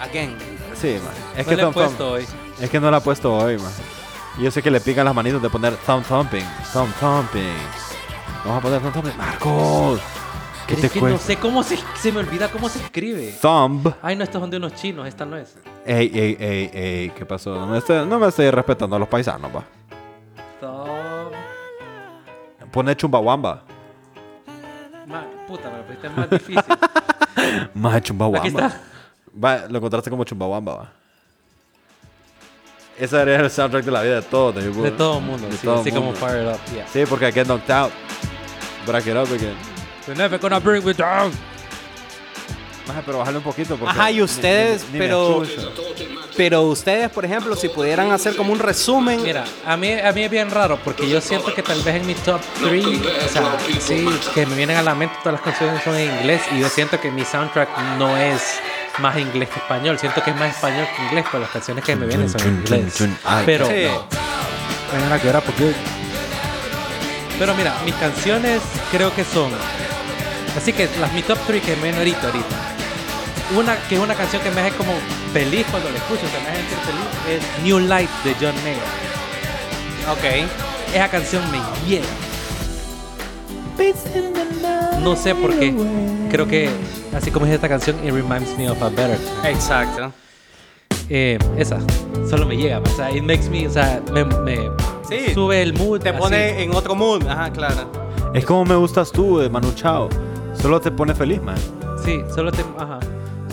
Speaker 3: Again.
Speaker 1: Sí, man. Es
Speaker 2: No
Speaker 1: que
Speaker 2: le he
Speaker 1: Thumb Thump-
Speaker 2: puesto hoy.
Speaker 1: Es que no la ha puesto hoy, man. Y Yo sé que le pican las manitos de poner thumb thumping, thumb thumping. Vamos a poner thumb thumping. Marcos, ¿qué
Speaker 2: Pero
Speaker 1: te
Speaker 2: es que no
Speaker 1: cuesta?
Speaker 2: sé cómo se, se me olvida cómo se escribe.
Speaker 1: Thumb.
Speaker 2: Ay, no, estos son de unos chinos, esta no es.
Speaker 1: Ey, ey, ey, ey, ¿qué pasó? No me estoy, no me estoy respetando a los paisanos, va.
Speaker 2: Tom-
Speaker 1: Pone chumbawamba.
Speaker 2: Ma- Puta, me lo pusiste más difícil.
Speaker 1: Más
Speaker 2: Aquí
Speaker 1: chumbawamba.
Speaker 2: está.
Speaker 1: Va, lo encontraste como chumbawamba, va. Ese era el soundtrack de la vida de todos. De,
Speaker 2: De todo el mundo,
Speaker 1: De
Speaker 2: sí,
Speaker 1: todo
Speaker 2: así como
Speaker 1: mundo.
Speaker 2: Fire It Up, yeah.
Speaker 1: Sí, porque I get knocked out. But I get up again.
Speaker 2: We're never gonna bring me down.
Speaker 1: Maje, pero bájale un poquito. Porque
Speaker 3: Ajá, y
Speaker 1: ni-
Speaker 3: ustedes,
Speaker 1: ni- ni me
Speaker 3: pero...
Speaker 1: escucho.
Speaker 3: Pero ustedes, por ejemplo, si pudieran hacer como un resumen...
Speaker 2: Mira, a mí, a mí es bien raro porque yo siento que tal vez en mi top 3, o sea, sí, que me vienen a la mente todas las canciones son en inglés y yo siento que mi soundtrack no es más inglés que español, siento que es más español que inglés, pero las canciones que me vienen son en inglés. Pero,
Speaker 3: Sí.
Speaker 2: Mañana que era porque- Pero mira, mis canciones creo que son. Así que las mi top 3 que me ven ahorita, ahorita. Una que es una canción que me hace como feliz cuando la escucho, que me hace sentir feliz, es New Light de John Mayer.
Speaker 3: Ok.
Speaker 2: Esa canción me llega. No sé por qué. Creo que, así como es esta canción, It Reminds Me of a Better Time.
Speaker 3: Exacto.
Speaker 2: Eh, esa, solo me llega. O sea, it makes me, o sea, me, me
Speaker 3: Sí.
Speaker 2: sube el mood.
Speaker 3: Te
Speaker 2: así.
Speaker 3: pone en otro mood. Ajá, claro.
Speaker 1: Es como me gustas tú de Manu Chao. Solo te pone feliz, man.
Speaker 2: Sí, solo te. Ajá.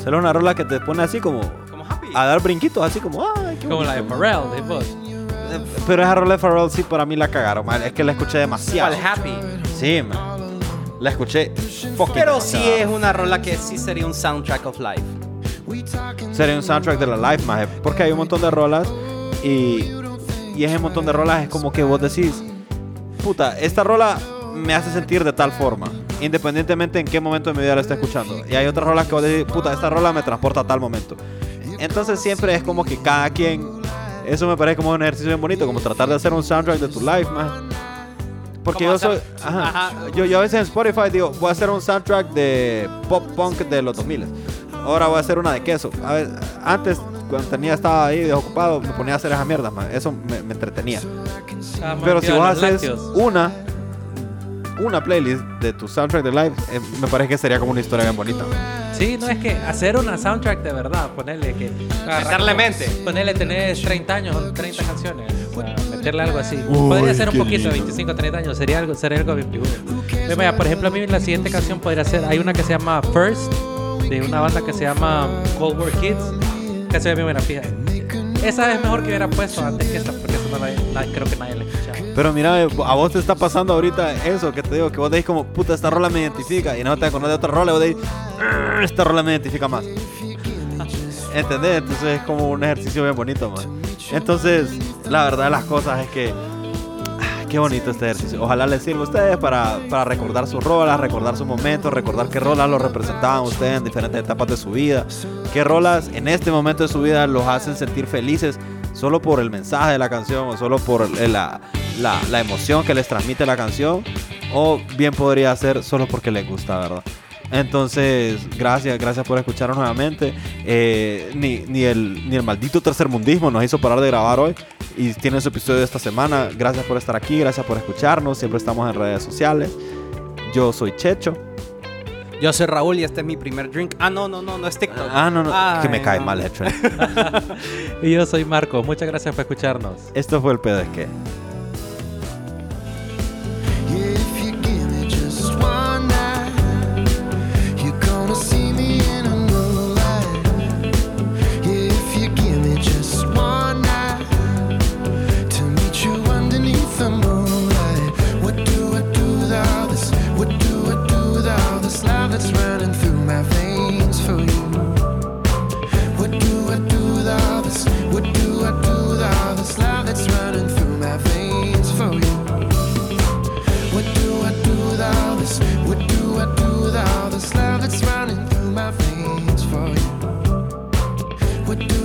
Speaker 1: Solo una rola que te pone así como
Speaker 3: Como happy.
Speaker 1: a dar brinquitos, así como, ay, qué
Speaker 2: Como la de
Speaker 1: bonito".
Speaker 2: Pharrell, de vos.
Speaker 3: Eh,
Speaker 1: Pero esa rola de Pharrell sí para mí la cagaron, man. Es que la escuché
Speaker 3: Igual
Speaker 1: demasiado.
Speaker 3: happy.
Speaker 1: Sí, man. La escuché fucking
Speaker 3: Pero sí
Speaker 1: demasiado.
Speaker 3: es una rola que sí sería un soundtrack of life.
Speaker 1: sería un soundtrack de la life, más porque hay un montón de rolas y, y ese montón de rolas es como que vos decís, puta, esta rola me hace sentir de tal forma, independientemente en qué momento de mi vida la esté escuchando. Y hay otras rolas que vos decís, puta, esta rola me transporta a tal momento. Entonces siempre es como que cada quien, eso me parece como un ejercicio bien bonito, como tratar de hacer un soundtrack de tu life, más. Porque
Speaker 3: Como
Speaker 1: yo soy.
Speaker 3: hacer-
Speaker 1: ajá,
Speaker 3: ajá.
Speaker 1: Yo, yo a veces en Spotify digo, voy a hacer un soundtrack de pop punk de los 2000. Ahora voy a hacer una de queso. A ver, antes, cuando tenía, estaba ahí desocupado, me ponía a hacer esas mierdas, man. Eso me, me entretenía.
Speaker 2: Ah,
Speaker 1: Pero si
Speaker 2: mentira,
Speaker 1: vos
Speaker 2: los
Speaker 1: haces
Speaker 2: lácteos.
Speaker 1: una. Una playlist de tu soundtrack de live, eh, me parece que sería como una historia bien bonita. man.
Speaker 2: Sí, no es que hacer una soundtrack de verdad, ponerle que.
Speaker 3: Meterle mente.
Speaker 2: Ponerle tener 30 años, son 30 canciones. o sea, meterle algo así.
Speaker 1: Uy,
Speaker 2: podría ser un
Speaker 1: qué
Speaker 2: poquito,
Speaker 1: lindo.
Speaker 2: 25, 30 años, sería algo, sería algo bien pijudo. Pero mira, por ejemplo, a mí la siguiente canción podría ser. Hay una que se llama First, de una banda que se llama Cold War Kids. Que se ve bien buena, fíjate. Esa es mejor que hubiera puesto antes que esa, porque esa no la, la- creo que nadie la escuchaba.
Speaker 1: Pero mira, eh, a vos te está pasando ahorita eso que te digo, que vos decís como, puta, esta rola me identifica, y no te acordás de otra rola, y vos decís, "Arr, esta rola me identifica más. ¿Entendés? Entonces es como un ejercicio bien bonito, man. Entonces, la verdad de las cosas es que. ah, Qué bonito este ejercicio. Ojalá les sirva a ustedes para, para recordar sus rolas, recordar sus momentos, recordar qué rolas los representaban ustedes en diferentes etapas de su vida, qué rolas en este momento de su vida los hacen sentir felices solo por el mensaje de la canción o solo por eh, la, la- la emoción que les transmite la canción o bien podría ser solo porque les gusta, ¿verdad? Entonces, gracias, gracias por escucharnos nuevamente. Eh, ni, ni el, ni el maldito tercermundismo nos hizo parar de grabar hoy. Y tiene su episodio esta semana. Gracias por estar aquí, gracias por escucharnos. Siempre estamos en redes sociales. Yo soy Checho.
Speaker 3: Yo soy Raúl y este es mi primer drink. Ah, no, no, no, no es TikTok.
Speaker 1: Ah, no, no, que me
Speaker 3: Ay,
Speaker 1: cae
Speaker 3: no.
Speaker 1: mal, Checho.
Speaker 2: Y yo soy Marco, muchas gracias por escucharnos.
Speaker 1: Esto fue el pedo es que.
Speaker 4: If you give me just one night, you're gonna see me in another light. If you give me just one night to meet you underneath the moonlight, what do I do without this? What do I do without this love that's running through my veins for you? What do I do without this? What do I do without this love that's running through my veins for you? What do I do with all this? What do I do with all this love that's running through my veins for you? What do Mm-hmm.